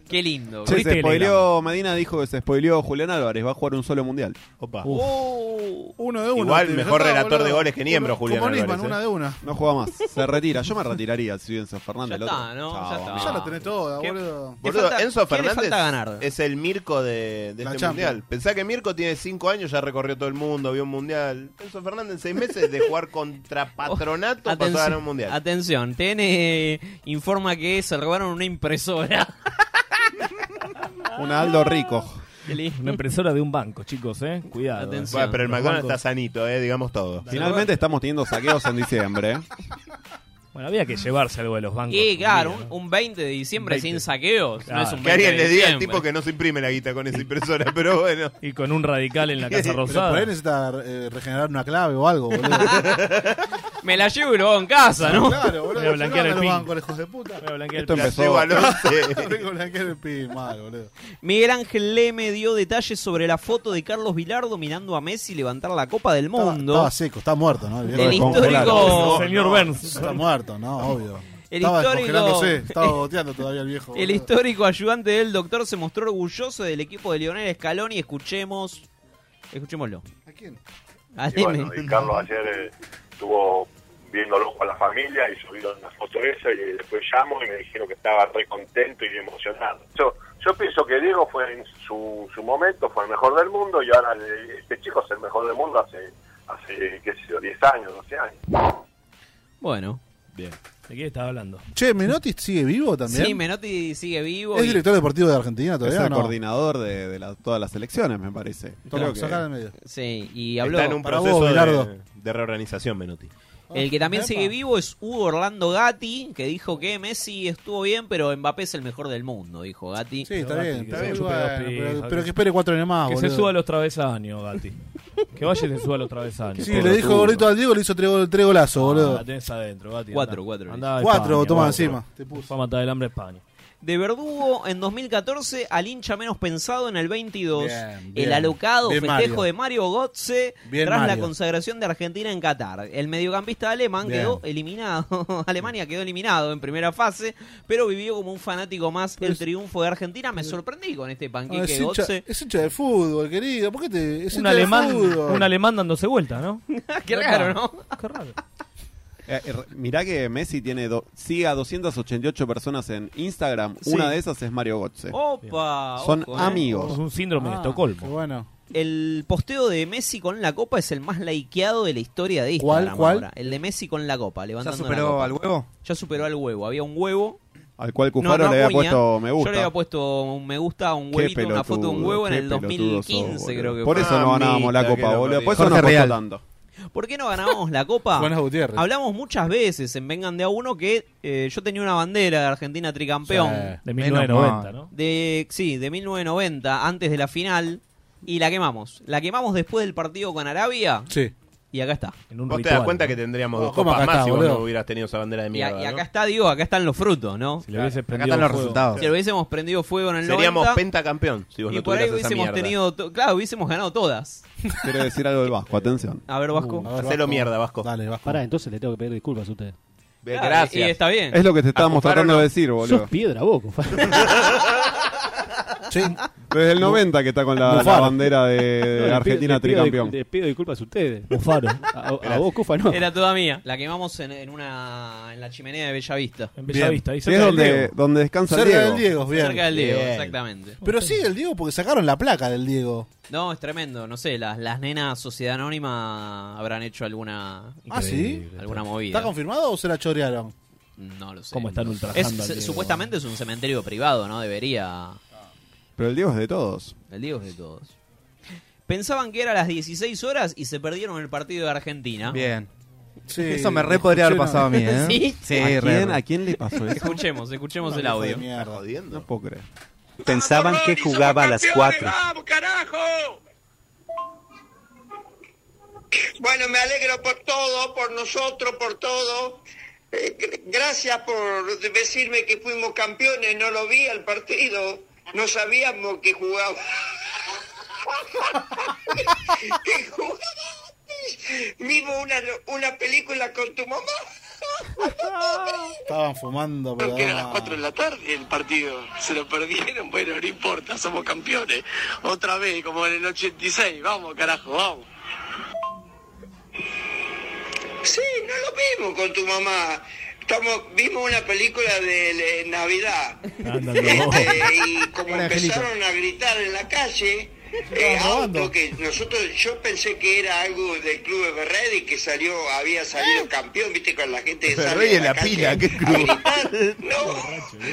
Speaker 8: Qué lindo.
Speaker 11: Che, se spoileó, Medina dijo que se spoileó Julián Álvarez, va a jugar un solo mundial.
Speaker 7: Opa.
Speaker 11: Uf.
Speaker 7: Uno de uno.
Speaker 11: Igual
Speaker 7: te-
Speaker 11: mejor
Speaker 7: Ah,
Speaker 11: relator
Speaker 7: boludo.
Speaker 11: de goles que Niembro,
Speaker 7: Como-
Speaker 11: Julián
Speaker 7: Como Nisman,
Speaker 11: Álvarez,
Speaker 7: una
Speaker 11: eh.
Speaker 7: de una.
Speaker 11: No juega más. Se retira. Yo me retiraría si Enzo Fernández. el otro. Chao.
Speaker 7: Ya la tenés toda, boludo.
Speaker 2: Boludo, Enzo Fernández
Speaker 8: ganar?
Speaker 2: es el Mirko de, de
Speaker 7: La
Speaker 2: este
Speaker 7: Champions.
Speaker 2: mundial. Pensá que Mirko tiene 5 años, ya recorrió todo el mundo, vio un mundial. Enzo Fernández en 6 meses de jugar contra Patronato pasó a ganar un mundial.
Speaker 8: Oh, Atención, TN informa que se robaron una impresora.
Speaker 11: Un Aldo Rico.
Speaker 10: Una impresora de un banco, chicos, eh. Cuidado.
Speaker 8: Atención.
Speaker 2: Bueno, pero el McDonald's está sanito, eh, digamos todo.
Speaker 11: Finalmente estamos teniendo saqueos en diciembre. ¿eh?
Speaker 10: Bueno, había que llevarse algo de los bancos.
Speaker 8: Y claro, un, un 20 de diciembre
Speaker 10: 20.
Speaker 8: sin saqueos. No es un
Speaker 2: que alguien
Speaker 8: 20
Speaker 2: le diga
Speaker 8: de
Speaker 2: al
Speaker 8: diciembre.
Speaker 2: tipo que no se imprime la guita con esa impresora, pero bueno.
Speaker 10: Y con un radical en la Casa
Speaker 7: Pero por ahí necesita eh, regenerar una clave o algo, boludo.
Speaker 8: Me la llevo y lo hago en casa, ¿no?
Speaker 7: Claro, boludo.
Speaker 8: Voy a blanquear
Speaker 7: Yo no
Speaker 8: el
Speaker 7: me
Speaker 8: pin.
Speaker 7: lo banco, los hijos de puta.
Speaker 8: Esto pin. empezó- Llevo al once.
Speaker 7: Tengo que blanquear el pin, mal, boludo.
Speaker 8: Miguel Ángel Leme dio detalles sobre la foto de Carlos Vilardo mirando a Messi levantar la Copa del Mundo.
Speaker 7: Estaba seco, está muerto, ¿no?
Speaker 8: El histórico- Señor Burns.
Speaker 7: Está muerto, ¿no? Obvio.
Speaker 8: El
Speaker 7: estaba
Speaker 8: histórico-
Speaker 7: descongelándose, estaba boteando todavía el viejo.
Speaker 8: El
Speaker 7: boludo.
Speaker 8: histórico ayudante del doctor se mostró orgulloso del equipo de Lionel Scaloni. Escuchemos. Escuchémoslo.
Speaker 7: ¿A quién?
Speaker 8: A
Speaker 21: Y bueno,
Speaker 8: Leme.
Speaker 21: y Carlos ayer eh, estuvo viéndolo con la familia y subieron la foto esa y después llamo y me dijeron que estaba re contento y emocionado. Yo, yo pienso que Diego fue en su, su momento, fue el mejor del mundo y ahora eh, este chico es el mejor del mundo hace, hace qué sé yo, 10 años, 12 años.
Speaker 8: Bueno.
Speaker 10: Bien. ¿De qué estaba hablando?
Speaker 7: Che, ¿Menotti sigue vivo también?
Speaker 8: Sí, Menotti sigue vivo.
Speaker 7: ¿Es
Speaker 8: y-
Speaker 7: director deportivo de Argentina
Speaker 11: Es
Speaker 7: todavía o
Speaker 11: el
Speaker 7: no?
Speaker 11: coordinador de, de la- todas las elecciones, me parece.
Speaker 7: Toma,
Speaker 11: Creo que-
Speaker 7: sacala del medio.
Speaker 8: Sí, y habló.
Speaker 2: Está en un
Speaker 8: Para
Speaker 2: proceso
Speaker 8: vos,
Speaker 2: de,
Speaker 8: Bilardo.
Speaker 2: de reorganización, Menotti.
Speaker 8: El
Speaker 7: Ah,
Speaker 8: que también
Speaker 2: Epa.
Speaker 8: sigue vivo es Hugo Orlando Gatti, que dijo que Messi estuvo bien, pero Mbappé es el mejor del mundo, dijo Gatti.
Speaker 7: Sí, está bien, está bien.
Speaker 10: chupe
Speaker 7: bueno,
Speaker 10: dos pijas,
Speaker 7: pero,
Speaker 10: que-
Speaker 7: pero que espere cuatro años más,
Speaker 10: Que se
Speaker 7: boludo.
Speaker 10: suba a los travesaños, Gati. Que vaya y se suba a los travesaños.
Speaker 7: Sí, le dijo gordito al Diego, le hizo tres, gol- tres golazos, boludo. Ah,
Speaker 10: La Ah, tenés adentro, Gati.
Speaker 8: Cuatro,
Speaker 10: andá.
Speaker 8: cuatro.
Speaker 10: Andá a
Speaker 7: Cuatro,
Speaker 10: España,
Speaker 7: toma
Speaker 10: cuatro.
Speaker 7: encima.
Speaker 10: Te puso. Va a matar el hambre a España.
Speaker 8: De Verdugo en 2014 al hincha menos pensado en el 22.
Speaker 10: Bien, bien.
Speaker 8: el alocado
Speaker 10: Bien,
Speaker 8: festejo
Speaker 10: Mario.
Speaker 8: de Mario Gotze
Speaker 10: Bien,
Speaker 8: tras la
Speaker 10: Mario.
Speaker 8: consagración de Argentina en Qatar. El mediocampista alemán
Speaker 10: Bien.
Speaker 8: quedó eliminado. Alemania quedó eliminado en primera fase, pero vivió como un fanático más el triunfo de Argentina. Me sorprendí con este
Speaker 7: Ah, es,
Speaker 8: panqueque
Speaker 7: hincha,
Speaker 8: Gotze.
Speaker 7: es hincha de fútbol, querido. ¿Por qué te.? Es
Speaker 10: Un
Speaker 7: hincha de
Speaker 10: alemán,
Speaker 7: fútbol.
Speaker 10: un alemán dándose vuelta, ¿no?
Speaker 8: Qué raro, ¿no?
Speaker 11: Eh, eh, re- mirá que Messi tiene do- sigue a 288 personas en Instagram.
Speaker 8: Sí.
Speaker 11: Una de esas es Mario Gotze.
Speaker 8: Opa,
Speaker 11: Este. Son
Speaker 8: ojo, eh.
Speaker 11: amigos.
Speaker 8: Es un
Speaker 10: síndrome
Speaker 8: de Ah,
Speaker 10: Estocolmo.
Speaker 7: bueno.
Speaker 8: El posteo de Messi con la copa es el más likeado de la historia de
Speaker 5: ¿Cuál,
Speaker 8: Instagram.
Speaker 5: cuál?
Speaker 8: ahora. El de Messi con la copa, levantando la
Speaker 5: superó
Speaker 8: copa.
Speaker 5: al huevo?
Speaker 8: Ya superó al huevo. Había un huevo.
Speaker 11: Al cual Cufaro le había
Speaker 8: Acuña.
Speaker 11: puesto me gusta.
Speaker 8: Yo le había puesto un me gusta a un
Speaker 11: Qué
Speaker 8: huevito, una foto de un
Speaker 11: pelotudo,
Speaker 8: huevo en
Speaker 11: qué
Speaker 8: el
Speaker 11: pelotudo sos,
Speaker 8: 2015,
Speaker 11: boludo.
Speaker 8: creo que
Speaker 11: Por
Speaker 8: fue.
Speaker 11: eso no ganábamos la
Speaker 2: Mamita,
Speaker 11: copa,
Speaker 2: que lo
Speaker 11: boludo. Por
Speaker 2: parió.
Speaker 11: eso no
Speaker 2: Jorge
Speaker 11: costó
Speaker 2: Real.
Speaker 11: tanto.
Speaker 8: ¿Por qué no ganábamos la copa?
Speaker 7: Juana Gutiérrez.
Speaker 8: Hablamos muchas veces en Vengan de a uno que eh, yo tenía una bandera de Argentina tricampeón.
Speaker 10: Sí, de 1990, Menos mal. ¿no?
Speaker 8: De, sí, de 1990, antes de la final. Y la quemamos. La quemamos después del partido con Arabia.
Speaker 7: Sí.
Speaker 8: Y acá está.
Speaker 2: Vos te das cuenta que tendríamos dos
Speaker 8: Oh, ¿Cómo
Speaker 2: copas
Speaker 8: acá
Speaker 2: más
Speaker 8: está,
Speaker 2: si vos
Speaker 8: boludo?
Speaker 2: no hubieras tenido esa bandera de
Speaker 8: Y,
Speaker 2: mierda.
Speaker 8: a- y acá
Speaker 2: ¿no?
Speaker 8: está, digo, acá están los frutos, ¿no? Si
Speaker 2: lo hubieses Acá prendido están los fuego. resultados.
Speaker 8: Si lo hubiésemos prendido fuego en el
Speaker 2: Seríamos
Speaker 8: 90,
Speaker 2: pentacampeón si vos
Speaker 8: y
Speaker 2: no
Speaker 8: por
Speaker 2: tuvieras
Speaker 8: ahí
Speaker 2: esa
Speaker 8: hubiésemos
Speaker 2: mierda.
Speaker 8: tenido, to- claro, hubiésemos ganado todas.
Speaker 11: Quiere decir algo del Vasco, atención.
Speaker 8: A ver, Vasco.
Speaker 2: Uh,
Speaker 11: a ver, Hacelo Vasco. mierda,
Speaker 7: Vasco. Dale, Vasco.
Speaker 12: Pará, entonces le tengo que pedir disculpas a usted.
Speaker 8: Claro, gracias. y está bien.
Speaker 11: Es lo que te estábamos
Speaker 12: Acufaron
Speaker 11: tratando
Speaker 12: no.
Speaker 11: de decir, boludo.
Speaker 12: Sos piedra vos, Cufaro.
Speaker 11: Desde el 90 que está con la, la
Speaker 12: Bufaro.
Speaker 11: bandera de
Speaker 12: No, les pido-
Speaker 11: Argentina
Speaker 12: les pido
Speaker 11: tricampeón.
Speaker 12: di- Les pido disculpas a ustedes. Bufaro. A, a vos, Cufa, no.
Speaker 8: Era toda mía. La quemamos en, en una en la chimenea de Bellavista. En
Speaker 11: Bien. Sí, es donde, donde descansa el
Speaker 7: Cerca
Speaker 11: Diego.
Speaker 7: del Diego, bien.
Speaker 8: Cerca del Diego, exactamente.
Speaker 7: Pero sigue el Diego porque sacaron la placa del Diego.
Speaker 8: No, es tremendo. No sé, las, las nenas Sociedad Anónima habrán hecho alguna.
Speaker 7: Ah, ¿sí?
Speaker 8: Alguna
Speaker 7: ¿Está
Speaker 8: movida.
Speaker 7: confirmado o se la chorearon?
Speaker 8: No lo sé.
Speaker 7: ¿Cómo están
Speaker 8: Es-
Speaker 7: ultrajando al
Speaker 8: se-
Speaker 7: Diego?
Speaker 8: supuestamente es un cementerio privado, ¿no? Debería.
Speaker 11: Pero el Diego es de todos.
Speaker 8: El Diego es de todos. Pensaban que era las 16 horas y se perdieron el partido de Argentina.
Speaker 5: Bien. Eso me re podría haber pasado a mí, ¿eh?
Speaker 8: ¿Sí?
Speaker 5: re,
Speaker 11: ¿A, quién,
Speaker 5: re.
Speaker 11: ¿A quién le pasó eso?
Speaker 8: Escuchemos, escuchemos
Speaker 11: Una
Speaker 8: el
Speaker 11: vieja de
Speaker 8: audio.
Speaker 11: mierda. No puedo creer.
Speaker 22: Pensaban que jugaba a las 4.
Speaker 1: Bueno, me alegro por todo, por nosotros, por todo. Eh, gr- gracias por decirme que fuimos campeones, no lo vi al partido, no sabíamos que jugaba. que jugaba. Vimos una, una película con tu mamá.
Speaker 7: Estaban fumando, pero.
Speaker 1: Creo que era a las 4 de la tarde el partido. Se lo perdieron, bueno, no importa, somos campeones. Otra vez, como en el 86. Vamos, carajo, vamos. Sí, no lo vimos con tu mamá. Estamos, vimos una película de, de Navidad.
Speaker 22: Anda, no.
Speaker 1: Este, y como
Speaker 22: Buena, Angelito.
Speaker 1: empezaron a gritar en la calle, eh,
Speaker 22: Estaban robando.
Speaker 1: auto que nosotros, yo pensé que era algo del club de Berredi que salió, había
Speaker 22: Eh.
Speaker 1: salido campeón, viste, con la gente de
Speaker 2: Ferrey en la pila, qué club.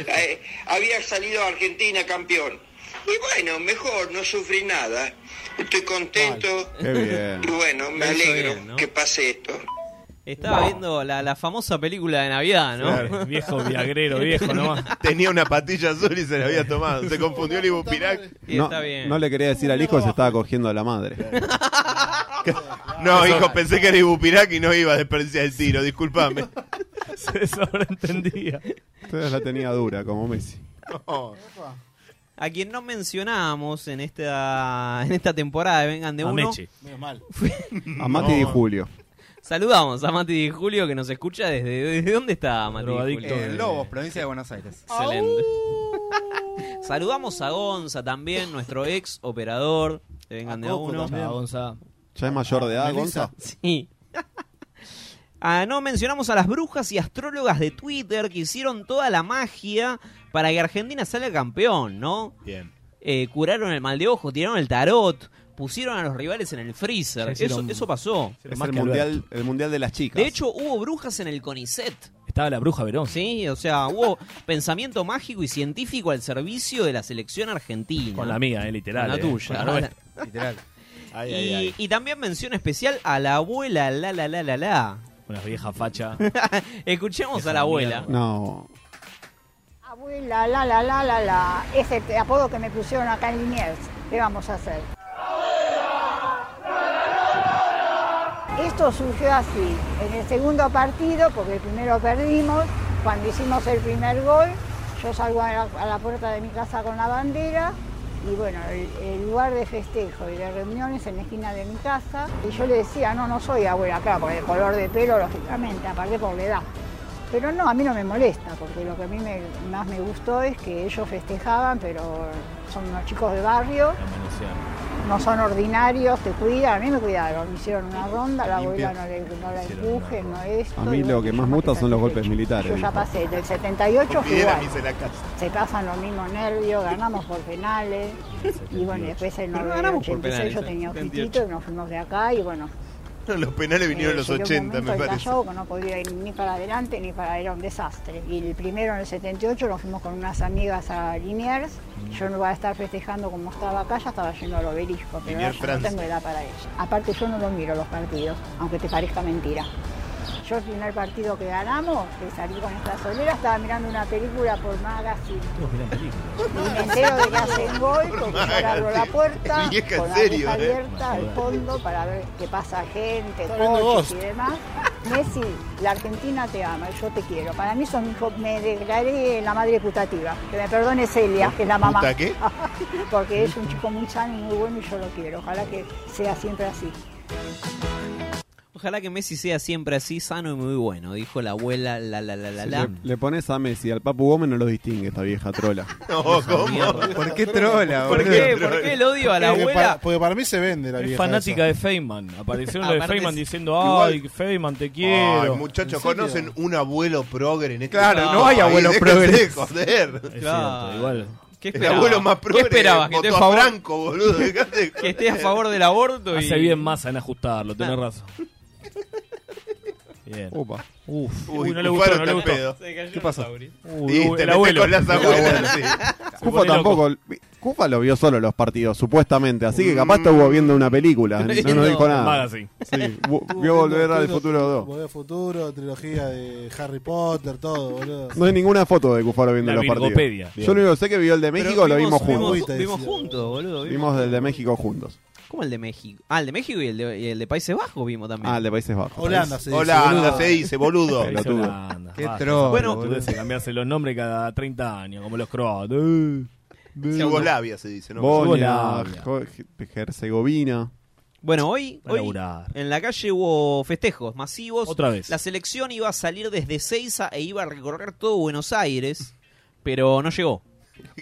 Speaker 1: eh, había salido Argentina campeón. Y bueno, mejor, no sufrí nada. Estoy contento.
Speaker 11: Qué bien.
Speaker 1: Y bueno, me
Speaker 8: Eso
Speaker 1: alegro
Speaker 8: bien, ¿no?
Speaker 1: que pase esto.
Speaker 8: Estaba viendo la, la famosa película de Navidad, ¿no?
Speaker 22: Claro,
Speaker 8: viejo
Speaker 22: viagrero, viejo,
Speaker 8: nomás.
Speaker 2: Tenía una patilla azul y se la había tomado. Se confundió el ibupirac.
Speaker 11: No, no le quería decir al hijo que se estaba cogiendo a la madre.
Speaker 2: No, hijo, pensé que era ibupirac y no iba a desperdiciar el tiro, discúlpame.
Speaker 11: Se sobreentendía. Entonces la tenía dura, como Messi.
Speaker 8: A quien no mencionábamos en esta, en esta temporada de Vengan de
Speaker 11: A
Speaker 8: Uno.
Speaker 11: Meche.
Speaker 7: Menos mal.
Speaker 11: A Mati Di Julio.
Speaker 8: Saludamos a Mati Di Julio que nos escucha desde. ¿Desde dónde está Mati Di Julio? Eh,
Speaker 5: En eh, Lobos, provincia de Buenos Aires.
Speaker 8: Excelente. Saludamos a Gonza también, nuestro ex operador de Vengan de a
Speaker 11: Coco
Speaker 8: Uno.
Speaker 11: también. A
Speaker 8: Gonza.
Speaker 11: ¿Ya es mayor de edad, Gonza?
Speaker 8: Sí. Ah, no mencionamos a las brujas y astrólogas de Twitter que hicieron toda la magia para que Argentina salga campeón, ¿no?
Speaker 22: Bien.
Speaker 8: Eh, curaron el mal de ojo, tiraron el tarot, pusieron a los rivales en el freezer.
Speaker 11: Ya hicieron-
Speaker 8: eso, eso pasó.
Speaker 11: Es el mundial, el mundial de las chicas.
Speaker 8: De hecho, hubo brujas en el CONICET.
Speaker 10: Estaba la bruja Verón.
Speaker 8: Sí, o sea, hubo pensamiento mágico y científico al servicio de la selección argentina.
Speaker 10: Con la mía, eh, literal,
Speaker 8: Con la
Speaker 10: eh,
Speaker 8: tuya.
Speaker 10: con la nuestra.
Speaker 5: Literal.
Speaker 8: y, y también mención especial a la abuela, la la la la la.
Speaker 10: Una vieja facha.
Speaker 8: Escuchemos a la abuela.
Speaker 11: No.
Speaker 23: Abuela, la, la, la, la, la. Es el apodo que me pusieron acá en Liniers. ¿Qué vamos a hacer? Esto surgió así. En el segundo partido, porque el primero perdimos, cuando hicimos el primer gol, yo salgo a la, a la puerta de mi casa con la bandera y bueno, el, el lugar de festejo y de reuniones en la esquina de mi casa. Y yo le decía, no, no soy abuela, claro, por el color de pelo, lógicamente, aparte por la edad. Pero no, a mí no me molesta, porque lo que a mí me- más me gustó es que ellos festejaban, pero son unos chicos de barrio, no son ordinarios, te cuidan, a mí me cuidaron, me hicieron una ronda, la abuela no, le, no la empujen, no esto.
Speaker 11: A
Speaker 2: Ah,
Speaker 11: mí
Speaker 23: y
Speaker 11: lo que más me gusta son los golpes militares.
Speaker 23: yo ya
Speaker 11: dijo.
Speaker 23: pasé del 78 fue
Speaker 11: Piedra
Speaker 23: igual.
Speaker 11: ni
Speaker 23: Se pasan los mismos nervios, ganamos por penales. Y bueno, después el
Speaker 2: Pero
Speaker 23: 9
Speaker 2: ganamos por
Speaker 23: 86 yo
Speaker 2: penales, ¿eh?
Speaker 23: tenía
Speaker 2: 78.
Speaker 23: fitito y nos fuimos de acá y bueno.
Speaker 2: Los penales vinieron en los 80, me parece.
Speaker 23: que no podía ir ni para adelante ni para era un desastre. Y el primero en el 78 nos fuimos con unas amigas a Liniers.
Speaker 2: Mm.
Speaker 23: Yo no iba a estar festejando como estaba acá, ya estaba yendo al obelisco, pero
Speaker 2: Liniers,
Speaker 23: ahora yo no
Speaker 2: Francia.
Speaker 23: tengo edad para ello. Aparte yo no lo miro los partidos, aunque te parezca mentira. Yo el primer partido que ganamos, que salí con esta solera, estaba mirando una película por magazine. Y me entero de que hacen gol, porque yo le abro la puerta,
Speaker 2: Vieja, en
Speaker 23: con la
Speaker 2: serio,
Speaker 23: aguja
Speaker 2: eh.
Speaker 23: abierta al fondo para ver qué pasa gente,
Speaker 2: viendo
Speaker 23: coches y
Speaker 2: Ghost.
Speaker 23: demás. Messi, la Argentina te ama, yo te quiero. Para mí son hijo- me declaré la madre putativa. Que me perdone Celia, que es la mamá.
Speaker 2: ¿Puta qué?
Speaker 23: Porque es un chico muy sano y muy bueno y yo lo quiero. Ojalá que sea siempre así.
Speaker 8: O Ojalá que Messi sea siempre así, sano y muy bueno, dijo la abuela, la la la la
Speaker 11: Si
Speaker 8: la.
Speaker 11: le, le pones a Messi, al Papu Gómez no lo distingue esta vieja trola.
Speaker 8: No, ¿cómo?
Speaker 5: ¿Por qué trola,
Speaker 8: ¿Por
Speaker 11: boludo?
Speaker 8: qué? ¿Por qué el odio a la
Speaker 7: Porque
Speaker 8: abuela?
Speaker 7: para- porque para mí se vende la
Speaker 10: Es
Speaker 7: vieja.
Speaker 10: fanática
Speaker 7: esa.
Speaker 10: de Feynman. Aparecieron los de
Speaker 7: Aparte
Speaker 10: Feynman
Speaker 7: es-
Speaker 10: diciendo,
Speaker 7: igual-
Speaker 10: ay, Feynman, te quiero.
Speaker 2: Ay, muchachos, ¿conocen un abuelo progre en este
Speaker 10: Claro,
Speaker 2: país?
Speaker 10: no hay abuelo
Speaker 2: Déjense
Speaker 10: progre.
Speaker 2: de joder.
Speaker 10: Es cierto, igual.
Speaker 8: ¿Qué
Speaker 2: El abuelo más progre.
Speaker 8: ¿Qué esperabas?
Speaker 2: es
Speaker 8: ¿Que esté a
Speaker 2: Motoa
Speaker 8: favor,
Speaker 2: Franco, boludo. dejate de
Speaker 8: que esté
Speaker 2: joder.
Speaker 8: a favor del aborto? Y...
Speaker 10: Hace bien masa en ajustarlo, tenés razón. Bien.
Speaker 11: Opa.
Speaker 10: Uf.
Speaker 2: Uy,
Speaker 10: Uy, no le
Speaker 2: Cufaro
Speaker 10: gustó, no le
Speaker 2: está
Speaker 10: gustó.
Speaker 2: pedo.
Speaker 8: Se cayó
Speaker 2: ¿Qué
Speaker 8: el
Speaker 2: pasó?
Speaker 8: Sauri.
Speaker 10: Uy,
Speaker 2: Y
Speaker 10: uy,
Speaker 2: te metés
Speaker 10: el abuelo.
Speaker 2: con las abuelas.
Speaker 10: El
Speaker 2: sí.
Speaker 11: Cufa tampoco. Cufa lo vio solo los partidos, supuestamente. Así que capaz estuvo viendo una película. No nos dijo nada.
Speaker 10: Magazine.
Speaker 11: Sí, vu- vio volver al futuro 2.
Speaker 7: Volver al futuro, trilogía de Harry Potter, todo, boludo.
Speaker 11: No hay ninguna foto de Cufaro viendo
Speaker 10: La
Speaker 11: los
Speaker 10: Virgopedia.
Speaker 11: partidos. Yo lo único que sé que vio el de México, lo vimos juntos.
Speaker 8: Vimos, vimos juntos, boludo. Vimos,
Speaker 11: Vimos el de México juntos.
Speaker 8: ¿Cómo el de México? Ah, el de México y el de, y el de Países Bajos vimos también.
Speaker 11: Ah, el de Países Bajos.
Speaker 7: Holanda se dice,
Speaker 2: Holanda
Speaker 7: boludo.
Speaker 2: se dice, este boludo.
Speaker 10: Feliz
Speaker 11: Pelotudo.
Speaker 10: Holanda.
Speaker 11: Qué
Speaker 10: Basta,
Speaker 11: troll,
Speaker 10: Ah, Bueno,
Speaker 11: boludo.
Speaker 10: boludeces, cambiarse los nombres cada 30 años, como los croatas.
Speaker 2: Yugoslavia se dice, ¿no?
Speaker 11: Bosnia,
Speaker 2: Yugoslavia.
Speaker 11: Jo- Herzegovina.
Speaker 8: Bueno, hoy,
Speaker 10: Va a
Speaker 8: hoy
Speaker 10: laburar.
Speaker 8: en la calle hubo festejos masivos.
Speaker 10: Otra vez.
Speaker 8: La selección iba a salir desde Ceiza e iba a recorrer todo Buenos Aires, pero no llegó.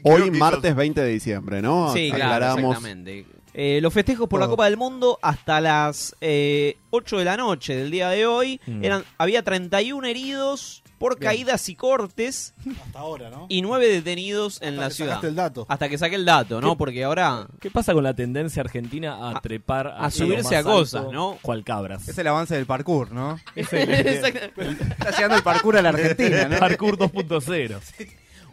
Speaker 11: Hoy martes 20 de diciembre, ¿no?
Speaker 8: Sí, claro,
Speaker 11: Aclaramos.
Speaker 8: exactamente. Eh, los festejos por la Copa del Mundo hasta las eh, 8 de la noche del día de hoy.
Speaker 7: Mm.
Speaker 8: Eran, había 31 heridos por caídas y cortes
Speaker 7: Hasta ahora, ¿no?
Speaker 8: y 9 detenidos en la
Speaker 7: que
Speaker 8: ciudad.
Speaker 7: sacaste el dato.
Speaker 8: Hasta que saqué el dato, ¿no?
Speaker 10: ¿Qué-
Speaker 8: Porque ahora...
Speaker 10: ¿Qué pasa con la tendencia argentina a, trepar
Speaker 8: a subirse a cosas, ¿no?
Speaker 10: Cual cabras.
Speaker 5: Es el avance del parkour, ¿no?
Speaker 8: Exacto.
Speaker 5: Está llegando el parkour a la Argentina, ¿no?
Speaker 10: Parkour 2.0.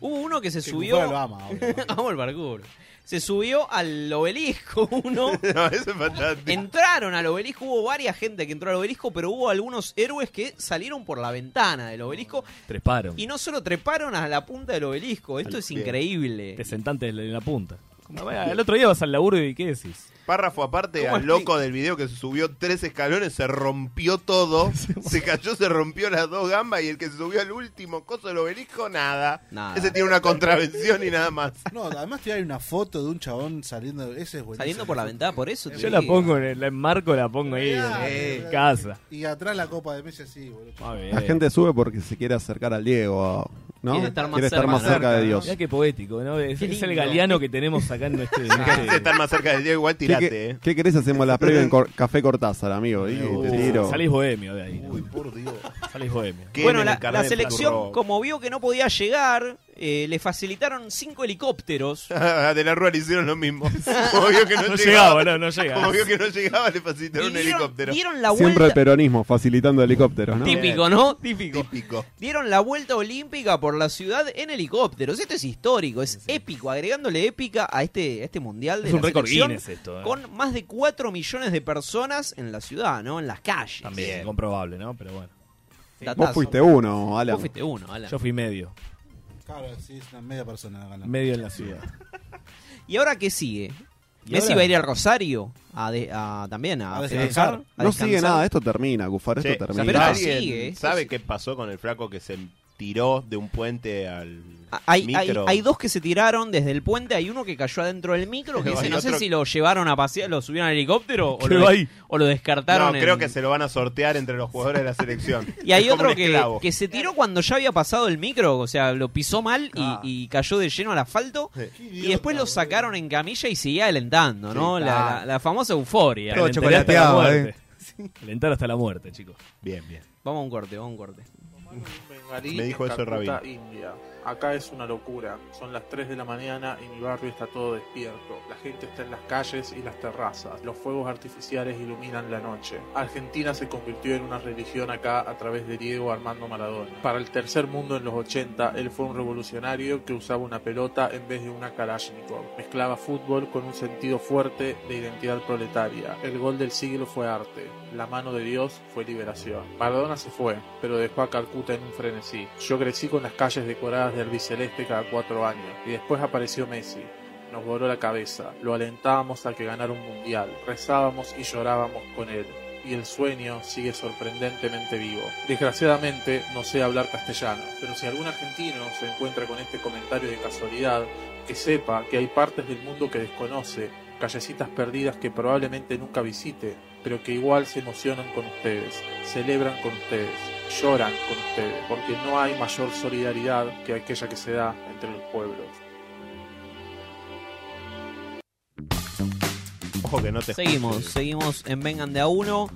Speaker 8: Hubo uno que se
Speaker 7: Que
Speaker 8: subió...
Speaker 7: Cufaro lo ama,
Speaker 8: Amo el parkour. Se subió al obelisco uno.
Speaker 2: No, eso es fantástico.
Speaker 8: Entraron al obelisco, hubo varias gente que entró al obelisco, pero hubo algunos héroes que salieron por la ventana del obelisco
Speaker 10: Treparon.
Speaker 8: y no solo treparon a la punta del obelisco. Esto es increíble.
Speaker 10: Te sentaste en la punta. Como, "Vaya, El otro día vas al laburo y ¿qué decís?
Speaker 2: Párrafo aparte
Speaker 8: ¿Cómo
Speaker 2: al
Speaker 8: explica?
Speaker 2: loco del video que se subió tres escalones, se rompió todo, se cayó, se rompió las dos gambas y el que se subió al último coso del obelisco, nada.
Speaker 8: Nada.
Speaker 2: Ese tiene una contravención y nada más.
Speaker 7: No, además te hay una foto de un chabón saliendo. Ese es buenísimo.
Speaker 8: Saliendo por la ventana, por eso. te
Speaker 10: Yo la
Speaker 8: digo.
Speaker 10: pongo, en el enmarco la pongo ahí
Speaker 7: Ah,
Speaker 10: en
Speaker 7: eh,
Speaker 10: casa.
Speaker 7: Y atrás la copa de Messi así, boludo.
Speaker 11: La gente sube porque se quiere acercar al Diego, ¿no?
Speaker 8: Quiere estar más
Speaker 11: cerca,
Speaker 8: cerca, ¿no?
Speaker 11: de Dios.
Speaker 10: Mirá qué poético, ¿no? Es,
Speaker 8: Qué
Speaker 10: es el
Speaker 8: lindo.
Speaker 10: galeano que tenemos acá en nuestro...
Speaker 2: Ese está más cerca del Diego, igual
Speaker 11: ¿Qué,
Speaker 2: tirate,
Speaker 11: qué-
Speaker 2: eh.
Speaker 11: qué querés? Hacemos la previa en Cor- Café Cortázar, amigo. Y te Oh, tiro.
Speaker 10: Salís bohemio de ahí. ¿no?
Speaker 2: Uy, por Dios.
Speaker 10: Salís bohemio.
Speaker 2: Qué
Speaker 8: Bueno,
Speaker 2: en el
Speaker 8: la,
Speaker 2: carnet
Speaker 8: la
Speaker 2: de
Speaker 8: selección,
Speaker 2: Flaco
Speaker 8: como vio que no podía llegar, eh, le facilitaron cinco helicópteros.
Speaker 2: Rock. de la Rúa le hicieron lo mismo. Como vio que no,
Speaker 10: No llegaba, no, no llegaba.
Speaker 2: Como vio que no llegaba, le facilitaron
Speaker 8: Y
Speaker 2: un
Speaker 8: dieron,
Speaker 2: helicóptero.
Speaker 8: dieron la
Speaker 11: Siempre el
Speaker 8: vuelta.
Speaker 11: peronismo, facilitando helicópteros, ¿no?
Speaker 8: Típico, ¿no? Típico.
Speaker 2: Típico.
Speaker 8: Dieron la vuelta olímpica por la ciudad en helicópteros. Esto es histórico, es épico, agregándole épica a este, a este mundial de
Speaker 10: Es un
Speaker 8: la
Speaker 10: récord
Speaker 8: selección,
Speaker 10: Guinness esto, eh.
Speaker 8: Con más de 4 millones de personas en la ciudad, ¿no? En las calles.
Speaker 10: También, comprobable, ¿no? Pero bueno.
Speaker 8: Datazo.
Speaker 11: Vos fuiste uno, Alan.
Speaker 8: Vos fuiste uno, Alan.
Speaker 10: Yo fui medio.
Speaker 7: Claro, sí, es una media persona la gana.
Speaker 10: Medio en la ciudad.
Speaker 8: ¿Y ahora qué sigue?
Speaker 10: ¿Y
Speaker 8: ¿Messi
Speaker 10: ahora?
Speaker 8: va a ir a Rosario a de- a- también a,
Speaker 7: A
Speaker 8: festejar,
Speaker 7: descansar.
Speaker 8: a
Speaker 11: No
Speaker 8: descansar?
Speaker 11: sigue nada, esto termina, Cufaro, esto
Speaker 2: Che,
Speaker 11: termina.
Speaker 8: pero
Speaker 2: ¿alguien
Speaker 8: esto sigue, esto
Speaker 2: ¿Sabe
Speaker 8: sigue.
Speaker 2: qué pasó con el flaco que se tiró de un puente al
Speaker 8: Ah, Hay, hay-
Speaker 2: micro?
Speaker 8: hay dos que se tiraron desde el puente, hay uno que cayó adentro del micro, que
Speaker 2: Pero
Speaker 8: ese
Speaker 2: hay
Speaker 8: no sé
Speaker 2: otro-
Speaker 8: si lo llevaron a pasear, lo subieron al helicóptero o
Speaker 10: Quedó
Speaker 8: lo, des-
Speaker 10: ahí.
Speaker 8: o lo
Speaker 2: No,
Speaker 8: descartaron.
Speaker 2: creo
Speaker 8: en-
Speaker 2: que se lo van a sortear entre los jugadores de la selección.
Speaker 8: Y hay
Speaker 2: Es como
Speaker 8: otro
Speaker 2: un
Speaker 8: que,
Speaker 2: esclavo.
Speaker 8: que se tiró cuando ya había pasado el micro, o sea, lo pisó mal y-
Speaker 2: Ah.
Speaker 8: y, cayó de lleno al asfalto. Y después lo sacaron en camilla y seguía alentando, ¿no?
Speaker 2: Sí,
Speaker 8: la, la- la famosa euforia.
Speaker 5: Todo
Speaker 10: Alentar hasta la
Speaker 8: ah,
Speaker 5: chocolateado,
Speaker 2: ¿eh?
Speaker 10: muerte. Alentar hasta la muerte, chicos.
Speaker 2: Bien, bien.
Speaker 8: Vamos a un corte, vamos a un corte.
Speaker 2: Me dijo eso Rabin.
Speaker 24: Calcuta, India. Acá es una locura. Son las 3 de la mañana y mi barrio está todo despierto. La gente está en las calles y las terrazas. Los fuegos artificiales iluminan la noche. Argentina se convirtió en una religión acá a través de Diego Armando Maradona. Para el tercer mundo en los 80, él fue un revolucionario que usaba una pelota en vez de una Kalashnikov. Mezclaba fútbol con un sentido fuerte de identidad proletaria. El gol del siglo fue arte. La mano de Dios fue liberación. Maradona se fue, pero dejó a Calcuta en un frenesí. Yo crecí con las calles decoradas de albiceleste cada cuatro años. Y después apareció Messi. Nos voló la cabeza. Lo alentábamos a que ganara un mundial. Rezábamos y llorábamos con él. Y el sueño sigue sorprendentemente vivo. Desgraciadamente no sé hablar castellano, pero si algún argentino se encuentra con este comentario de casualidad, que sepa que hay partes del mundo que desconoce, callecitas perdidas que probablemente nunca visite, pero que igual se emocionan con ustedes, celebran con ustedes, lloran con ustedes, porque no hay mayor solidaridad que aquella que se da entre los pueblos.
Speaker 2: Ojo que no te
Speaker 8: Seguimos,
Speaker 2: escuche.
Speaker 8: seguimos en Vengan de a uno.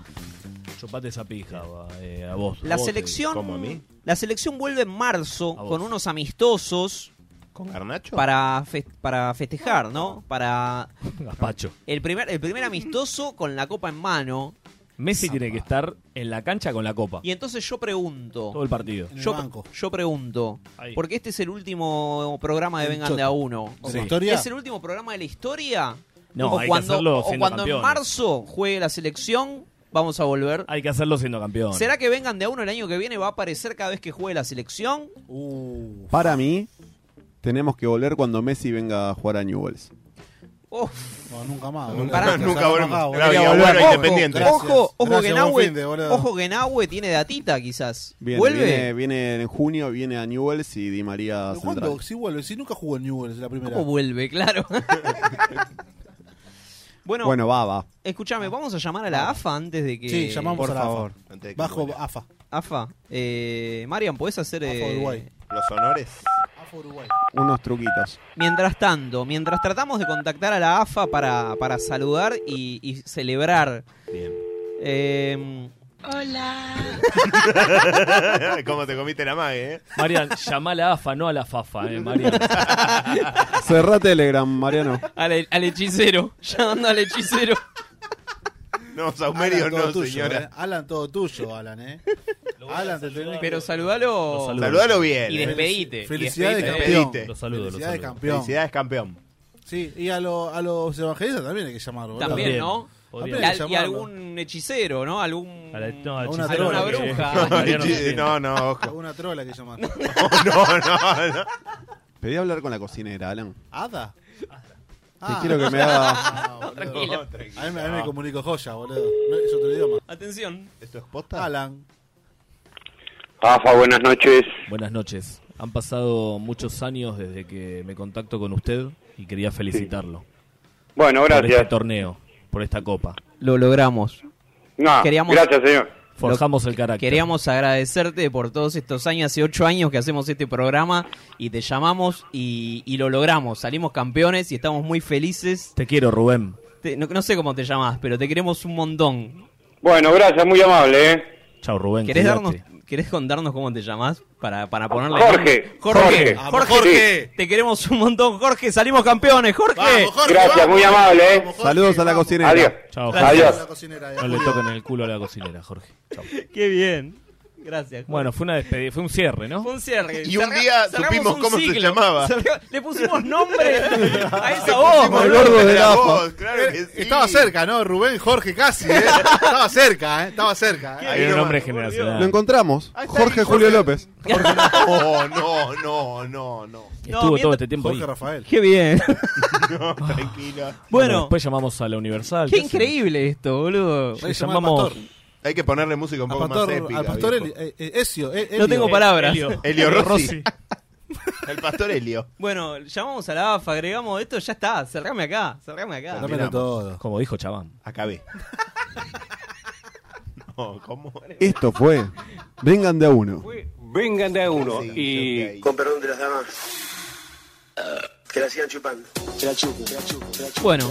Speaker 10: Chupate esa pija, va, eh, a vos. a
Speaker 8: La
Speaker 10: vos te
Speaker 8: selección,
Speaker 10: digo.
Speaker 8: la selección vuelve en marzo
Speaker 10: vos.
Speaker 8: con unos amistosos.
Speaker 2: ¿Con Garnacho?
Speaker 8: Para, fe- para festejar, ¿no? Para.
Speaker 10: Gazpacho.
Speaker 8: El primer, el primer amistoso con la copa en mano.
Speaker 10: Messi tiene que estar en la cancha con la copa.
Speaker 8: Y entonces yo pregunto.
Speaker 10: Todo el partido.
Speaker 8: Yo, yo pregunto. Porque este es el último programa de
Speaker 10: El
Speaker 8: Vengan
Speaker 10: choto.
Speaker 8: de a uno.
Speaker 10: ¿De la historia?
Speaker 8: ¿Es el último programa de la historia?
Speaker 10: No,
Speaker 8: o
Speaker 10: hay que
Speaker 8: cuando,
Speaker 10: hacerlo
Speaker 8: o
Speaker 10: siendo
Speaker 8: cuando en
Speaker 10: campeones.
Speaker 8: marzo juegue la selección, vamos a volver.
Speaker 10: Hay que hacerlo siendo campeón.
Speaker 8: ¿Será que vengan de a uno el año que viene? ¿Va a aparecer cada vez que juegue la selección?
Speaker 11: Para mí, tenemos que volver cuando Messi venga a jugar a Newells.
Speaker 7: No, nunca más.
Speaker 11: Nunca
Speaker 7: boludo. Hay que
Speaker 11: más, Ah, nunca
Speaker 7: hacerlo
Speaker 11: volvemos.
Speaker 7: acá, boludo.
Speaker 11: Claro, y abuelo
Speaker 8: Ojo,
Speaker 11: independiente.
Speaker 8: Ojo, ojo,
Speaker 7: Gracias,
Speaker 8: que
Speaker 7: buen fin de,
Speaker 8: Nahue,
Speaker 7: boludo.
Speaker 8: ojo que Nahue tiene datita, quizás.
Speaker 11: Viene,
Speaker 8: ¿Vuelve?
Speaker 11: Viene, viene en junio, viene a Newells y Di María
Speaker 7: Pero
Speaker 11: Central.
Speaker 7: ¿Cuándo? Si vuelve, si nunca jugó en Newell's la primera.
Speaker 8: ¿Cómo vuelve? Claro. bueno,
Speaker 11: Bueno, va, va. Ah.
Speaker 8: Escúchame, vamos a llamar a la AFA antes de que.
Speaker 7: Sí, llamamos
Speaker 8: Por
Speaker 7: a la
Speaker 8: favor.
Speaker 7: AFA. Antes de que Bajo muera. AFA.
Speaker 8: AFA. Eh, Marian, ¿puedes hacer. eh,
Speaker 2: Los honores.
Speaker 7: Ah,
Speaker 11: Unos truquitos.
Speaker 8: Mientras tanto, mientras tratamos de contactar a la AFA para, para saludar y, y celebrar.
Speaker 2: Bien.
Speaker 8: Eh,
Speaker 2: Hola. ¿Cómo te comiste la mague, eh?
Speaker 10: Marian, llama a la AFA, no a la FAFA, eh, Marian.
Speaker 11: Cerrá Telegram, Mariano.
Speaker 8: al, al hechicero. Llamando al hechicero.
Speaker 2: No,
Speaker 7: Alan,
Speaker 2: Saumerio
Speaker 7: todo
Speaker 2: no,
Speaker 7: tuyo, eh.
Speaker 2: señora.
Speaker 7: Alan, todo tuyo, Alan, ¿eh? Alan, te tenés
Speaker 8: Pero saludalo.
Speaker 2: Saludalo bien.
Speaker 8: Y
Speaker 2: eh.
Speaker 8: despedite.
Speaker 7: Felicidades,
Speaker 8: y despedite.
Speaker 7: campeón.
Speaker 2: Despedite.
Speaker 7: Los saludo, los Felicidades, saludo. campeón.
Speaker 2: Felicidades, campeón.
Speaker 7: Sí, y a, lo- a los evangelistas también hay que llamar, boludo.
Speaker 8: También, ¿no?
Speaker 7: También
Speaker 8: Y,
Speaker 7: hay que
Speaker 8: al- y
Speaker 7: llamarlo.
Speaker 8: algún hechicero, ¿no? Algún.
Speaker 10: no,
Speaker 7: Alguna hechicero
Speaker 8: alguna
Speaker 7: que-
Speaker 8: bruja.
Speaker 2: No, no, ojo.
Speaker 7: A una trola que llamar.
Speaker 8: Oh,
Speaker 2: No, no, no.
Speaker 11: Pedí hablar con la cocinera, Alan.
Speaker 7: ¿Ada?
Speaker 11: Te quiero que me haga-
Speaker 7: No, boludo.
Speaker 8: Tranquilo.
Speaker 7: A mí, me- a mí me comunico joya, boludo. No, es otro idioma.
Speaker 8: Atención.
Speaker 2: ¿Esto es posta?
Speaker 7: Alan.
Speaker 21: AFA, buenas noches.
Speaker 10: Buenas noches. Han pasado muchos años desde que me contacto con usted y quería felicitarlo.
Speaker 21: Bueno,
Speaker 10: Por este
Speaker 21: gracias.
Speaker 10: torneo, por esta copa.
Speaker 8: Lo logramos.
Speaker 21: No,
Speaker 8: Queríamos-
Speaker 21: gracias, señor.
Speaker 10: Forjamos el carácter.
Speaker 8: Queríamos agradecerte por todos estos años, hace ocho años que hacemos este programa y te llamamos y, y lo logramos. Salimos campeones y estamos muy felices.
Speaker 10: Te quiero, Rubén.
Speaker 8: Te- no, no sé cómo te llamas, pero te queremos un montón.
Speaker 21: Bueno, gracias, muy amable, ¿eh?
Speaker 10: Chao, Rubén.
Speaker 8: ¿Querés,
Speaker 10: cuídate.
Speaker 8: darnos, ¿querés contarnos cómo te llamás? Para, para ponerle.
Speaker 21: Jorge,
Speaker 8: Jorge,
Speaker 21: Jorge.
Speaker 8: Jorge,
Speaker 21: Jorge.
Speaker 8: te queremos un montón, Jorge. Salimos campeones, Jorge.
Speaker 21: gracias, muy amable, ¿eh?
Speaker 11: Saludos a la cocinera.
Speaker 21: Adiós.
Speaker 10: Chao, Jorge.
Speaker 21: Adiós.
Speaker 10: No le toquen el culo a la cocinera, Jorge. Chao.
Speaker 8: Qué bien. Gracias. Jorge.
Speaker 10: Bueno, fue una despedida, fue un cierre, ¿no?
Speaker 8: Fue un cierre.
Speaker 2: Y un
Speaker 8: Cerra-
Speaker 2: día
Speaker 8: cerramos
Speaker 2: supimos
Speaker 8: un
Speaker 2: cómo se
Speaker 8: ciclo.
Speaker 2: llamaba.
Speaker 8: Cerra- Le pusimos nombre a
Speaker 2: Le
Speaker 8: esa voz.
Speaker 2: pusimos
Speaker 8: boludo.
Speaker 2: nombre a la voz, claro que sí.
Speaker 7: Estaba cerca, ¿no? Rubén, Jorge, casi, ¿eh? Estaba cerca, ¿eh? Estaba cerca, ¿eh?
Speaker 10: Hay un hombre generacional.
Speaker 11: Lo encontramos. Jorge Julio López.
Speaker 2: Oh, no, no, no, no.
Speaker 10: Estuvo todo mientras- este tiempo
Speaker 7: Jorge
Speaker 10: ahí.
Speaker 7: Rafael.
Speaker 8: Qué bien.
Speaker 2: No, tranquila.
Speaker 8: Bueno.
Speaker 10: después llamamos a la Universal.
Speaker 8: Qué increíble esto, boludo.
Speaker 10: Le llamamos.
Speaker 2: Hay que ponerle música un
Speaker 7: Al
Speaker 2: poco
Speaker 7: pastor,
Speaker 2: más épica.
Speaker 7: al pastor
Speaker 2: viejo.
Speaker 7: Eli- eh, eh, Ezio, eh,
Speaker 8: No tengo
Speaker 7: Elio.
Speaker 8: palabras.
Speaker 2: Elio, Elio Rossi. el pastor Elio.
Speaker 8: Bueno, llamamos a la AFA, agregamos esto, ya está. Cerrame acá, cerrame acá.
Speaker 7: Dámelo todo.
Speaker 10: Como dijo Chabán.
Speaker 2: Acabé. No, ¿cómo?
Speaker 11: Esto fue. Vengan de a uno.
Speaker 6: Vengan de a uno y...
Speaker 21: Con perdón de las damas. Que la sigan chupando. Que la chupen, que la chupen, que la chupen.
Speaker 8: Bueno,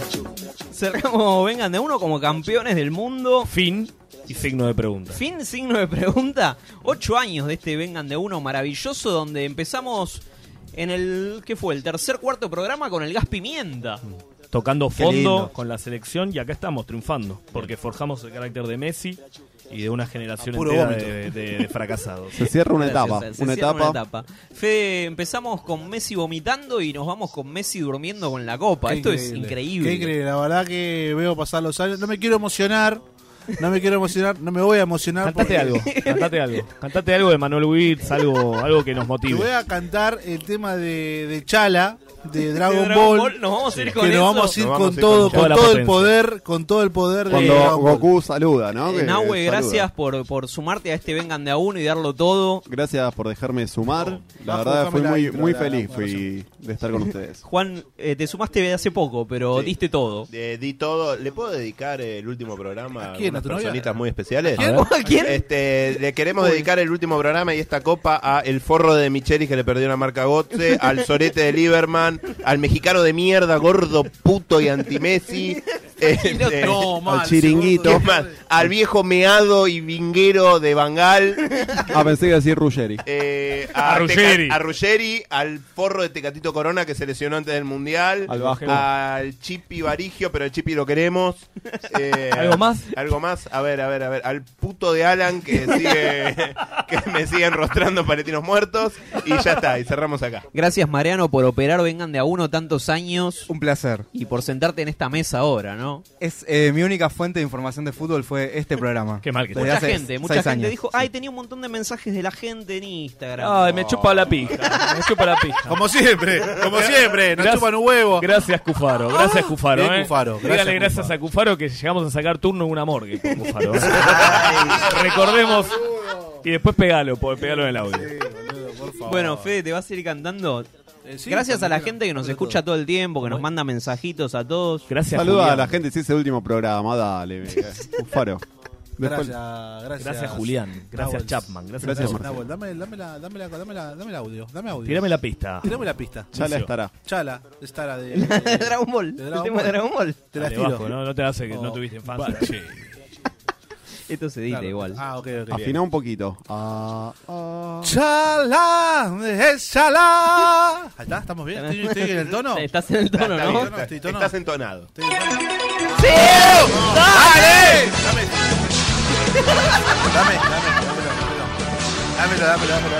Speaker 8: cerramos, vengan de uno como campeones del mundo.
Speaker 10: Fin y signo de pregunta.
Speaker 8: Fin signo de pregunta. Ocho años de este Vengan de Uno maravilloso donde empezamos en el, ¿qué fue? El tercer cuarto programa con el gas pimienta.
Speaker 10: Tocando
Speaker 8: Qué
Speaker 10: fondo
Speaker 8: lindo.
Speaker 10: con la selección y acá estamos triunfando. Porque forjamos el carácter de Messi y de una generación
Speaker 7: A puro
Speaker 10: entera
Speaker 7: vómito.
Speaker 10: de, de- de fracasados.
Speaker 11: Se cierra una
Speaker 8: Gracias,
Speaker 11: etapa.
Speaker 8: se
Speaker 11: Una
Speaker 8: cierra
Speaker 11: etapa.
Speaker 8: Fede, empezamos con Messi vomitando y nos vamos con Messi durmiendo con la copa.
Speaker 7: Qué
Speaker 8: Esto es increíble.
Speaker 7: Qué increíble. La verdad que veo pasar los años. No me quiero emocionar. No me quiero emocionar. No me voy a emocionar.
Speaker 10: Cantate
Speaker 7: porque-
Speaker 10: algo, cantate algo. Cantate algo de Manuel Witz, algo, algo que nos
Speaker 7: Te voy
Speaker 10: motive.
Speaker 7: a cantar el tema de, de Chala, de Dragon,
Speaker 8: Dragon
Speaker 7: Ball,
Speaker 8: Ball, nos vamos a ir
Speaker 7: que
Speaker 8: con
Speaker 7: nos
Speaker 8: eso.
Speaker 7: vamos a ir
Speaker 8: Nos
Speaker 7: con
Speaker 8: vamos a ir
Speaker 7: todo,
Speaker 8: con
Speaker 7: con,
Speaker 8: toda la
Speaker 7: todo el
Speaker 8: potencia.
Speaker 7: poder, con todo el poder de
Speaker 11: Cuando
Speaker 7: Dragon Ball.
Speaker 11: Goku saluda, Ah, ¿no?
Speaker 8: Eh,
Speaker 11: Que
Speaker 8: Nahue,
Speaker 11: saluda.
Speaker 8: gracias por, por sumarte a este Vengan de a uno y darlo todo.
Speaker 11: Gracias por dejarme sumar. La
Speaker 8: Bajo,
Speaker 11: verdad
Speaker 8: déjame
Speaker 11: fui
Speaker 8: la
Speaker 11: muy,
Speaker 8: intro,
Speaker 11: muy
Speaker 8: la-
Speaker 11: feliz.
Speaker 8: la
Speaker 11: fui de estar con ustedes.
Speaker 8: Juan, eh, te sumaste de hace poco, pero
Speaker 2: Sí.
Speaker 8: diste todo.
Speaker 2: Eh, di todo. ¿Le puedo dedicar eh, el último programa a,
Speaker 8: quién? ¿A
Speaker 2: unas
Speaker 8: tu novia?
Speaker 2: personitas muy especiales?
Speaker 8: ¿A quién? A ver. ¿A quién?
Speaker 2: Este, le queremos
Speaker 8: Uy.
Speaker 2: dedicar el último programa y esta copa a el forro de Micheli que le perdió la marca Gotze, al sorete de Lieberman, al mexicano de mierda, gordo, puto y anti-Messi. este,
Speaker 7: No, mal,
Speaker 2: al chiringuito,
Speaker 7: seguro.
Speaker 2: mal, al viejo meado y vinguero de Bangal,
Speaker 11: Ah, pensé que iba a decir Ruggeri.
Speaker 2: eh, a,
Speaker 11: A Ruggeri.
Speaker 2: Teca- a Ruggeri, al forro de Tecatito Corona que se lesionó antes del Mundial,
Speaker 11: Al Vasco.
Speaker 2: al Chipi Barigio, pero el Chipi lo queremos. eh,
Speaker 5: ¿Algo más?
Speaker 2: Algo más, a ver, a ver, a ver, al puto de Alan que sigue que me sigue enrostrando paletinos muertos y ya está, y cerramos acá.
Speaker 8: Gracias, Mariano, por operar Vengan de a uno tantos años.
Speaker 5: Un placer.
Speaker 8: Y por sentarte en esta mesa ahora, ¿no?
Speaker 5: Es, eh, mi única fuente de información de fútbol fue este programa. Qué mal
Speaker 8: mucha gente, mucha gente dijo, ay, tenía un montón de mensajes de la gente en Instagram.
Speaker 10: Ay, me chupa la pija. Me chupa la pija.
Speaker 7: Como siempre, como siempre, nos chupan un huevo. Ah.
Speaker 10: Gracias, Cufaro. Gracias, Cufaro.
Speaker 7: Bien,
Speaker 10: eh.
Speaker 7: Cufaro,
Speaker 10: Dígale
Speaker 7: gracias,
Speaker 10: gracias, a Cufaro que llegamos a sacar turno en una morgue por Cufaro. eh. Recordemos. Y después pegalo, po- pegalo en el audio.
Speaker 8: Bueno, Fede, te vas a ir cantando.
Speaker 10: Eh,
Speaker 11: Eh,
Speaker 10: sí,
Speaker 8: Gracias a la
Speaker 10: cuando
Speaker 8: gente que nos escucha todo el tiempo, que nos manda mensajitos a todos.
Speaker 10: Gracias,
Speaker 11: Saluda a la gente, si es el último programa, dale. Ufaro. Después-
Speaker 7: gracias.
Speaker 10: Gracias, Julián. Gracias,
Speaker 7: Nahuels.
Speaker 10: Chapman. Gracias,
Speaker 11: Gracias, Chapman.
Speaker 7: Nahuel, dame, dame, la, dame, la, dame, la, dame el audio. Dame audio.
Speaker 10: Tírame la pista.
Speaker 7: Tírame la pista.
Speaker 10: Chala estará.
Speaker 7: Chala estará de,
Speaker 8: de Dragon Ball.
Speaker 7: de
Speaker 8: El tema de Dragon Ball.
Speaker 7: Te la
Speaker 10: Dale,
Speaker 7: tiro.
Speaker 10: Vasco, no, no te hace que no
Speaker 7: Oh.
Speaker 10: tuviste infancia.
Speaker 8: Esto se edita igual.
Speaker 7: Ah, ok, ok.
Speaker 11: Afina un poquito. Ah,
Speaker 8: Oh.
Speaker 11: ah.
Speaker 7: Chala, es chala. Ahí está, ¿estamos bien? ¿Estoy, estoy en el tono?
Speaker 8: Estás en el tono,
Speaker 7: Está
Speaker 8: ¿no?
Speaker 7: bien, está- estoy tono.
Speaker 2: Estás entonado.
Speaker 8: ¡Sí! ¡Dale!
Speaker 7: Dame, dame, dámelo, dámelo. Dámelo, dámelo, dámelo.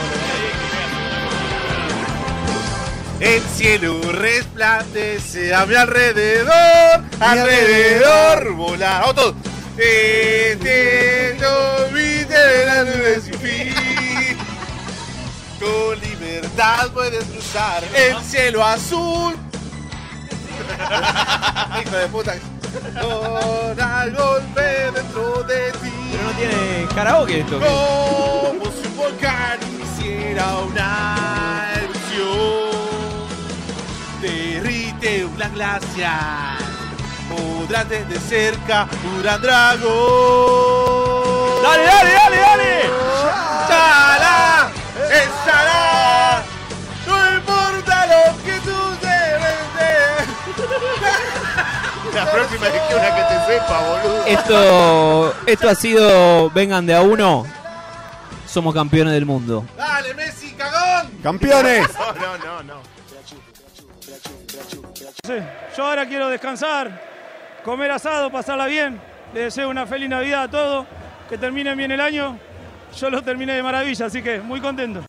Speaker 7: dámelo. El cielo resplandece a mi alrededor, alrededor, volamos todos. Entiendo mi de la nube sin fin. Con libertad puedes cruzar el cielo azul. Hijo de puta. Con al golpe dentro de ti.
Speaker 8: Pero no tiene karaoke esto.
Speaker 7: Como si un volcán hiciera una erupción, derrite una glacial, podrás desde cerca un gran dragón.
Speaker 22: ¡Dale, dale, dale, dale!
Speaker 7: ¡Chala! ¡Estará! ¡No importa lo que tú debes de!
Speaker 2: La próxima es que una que te sepa, boludo.
Speaker 8: Esto, esto ha sido Vengan de a uno. Somos campeones del mundo.
Speaker 7: ¡Dale, Messi, cagón!
Speaker 8: ¡Campeones!
Speaker 2: No, no, no, no.
Speaker 25: Yo ahora quiero descansar, comer asado, pasarla bien. Les deseo una feliz Navidad a todos, que terminen bien el año. Yo lo terminé de maravilla, así que muy contento.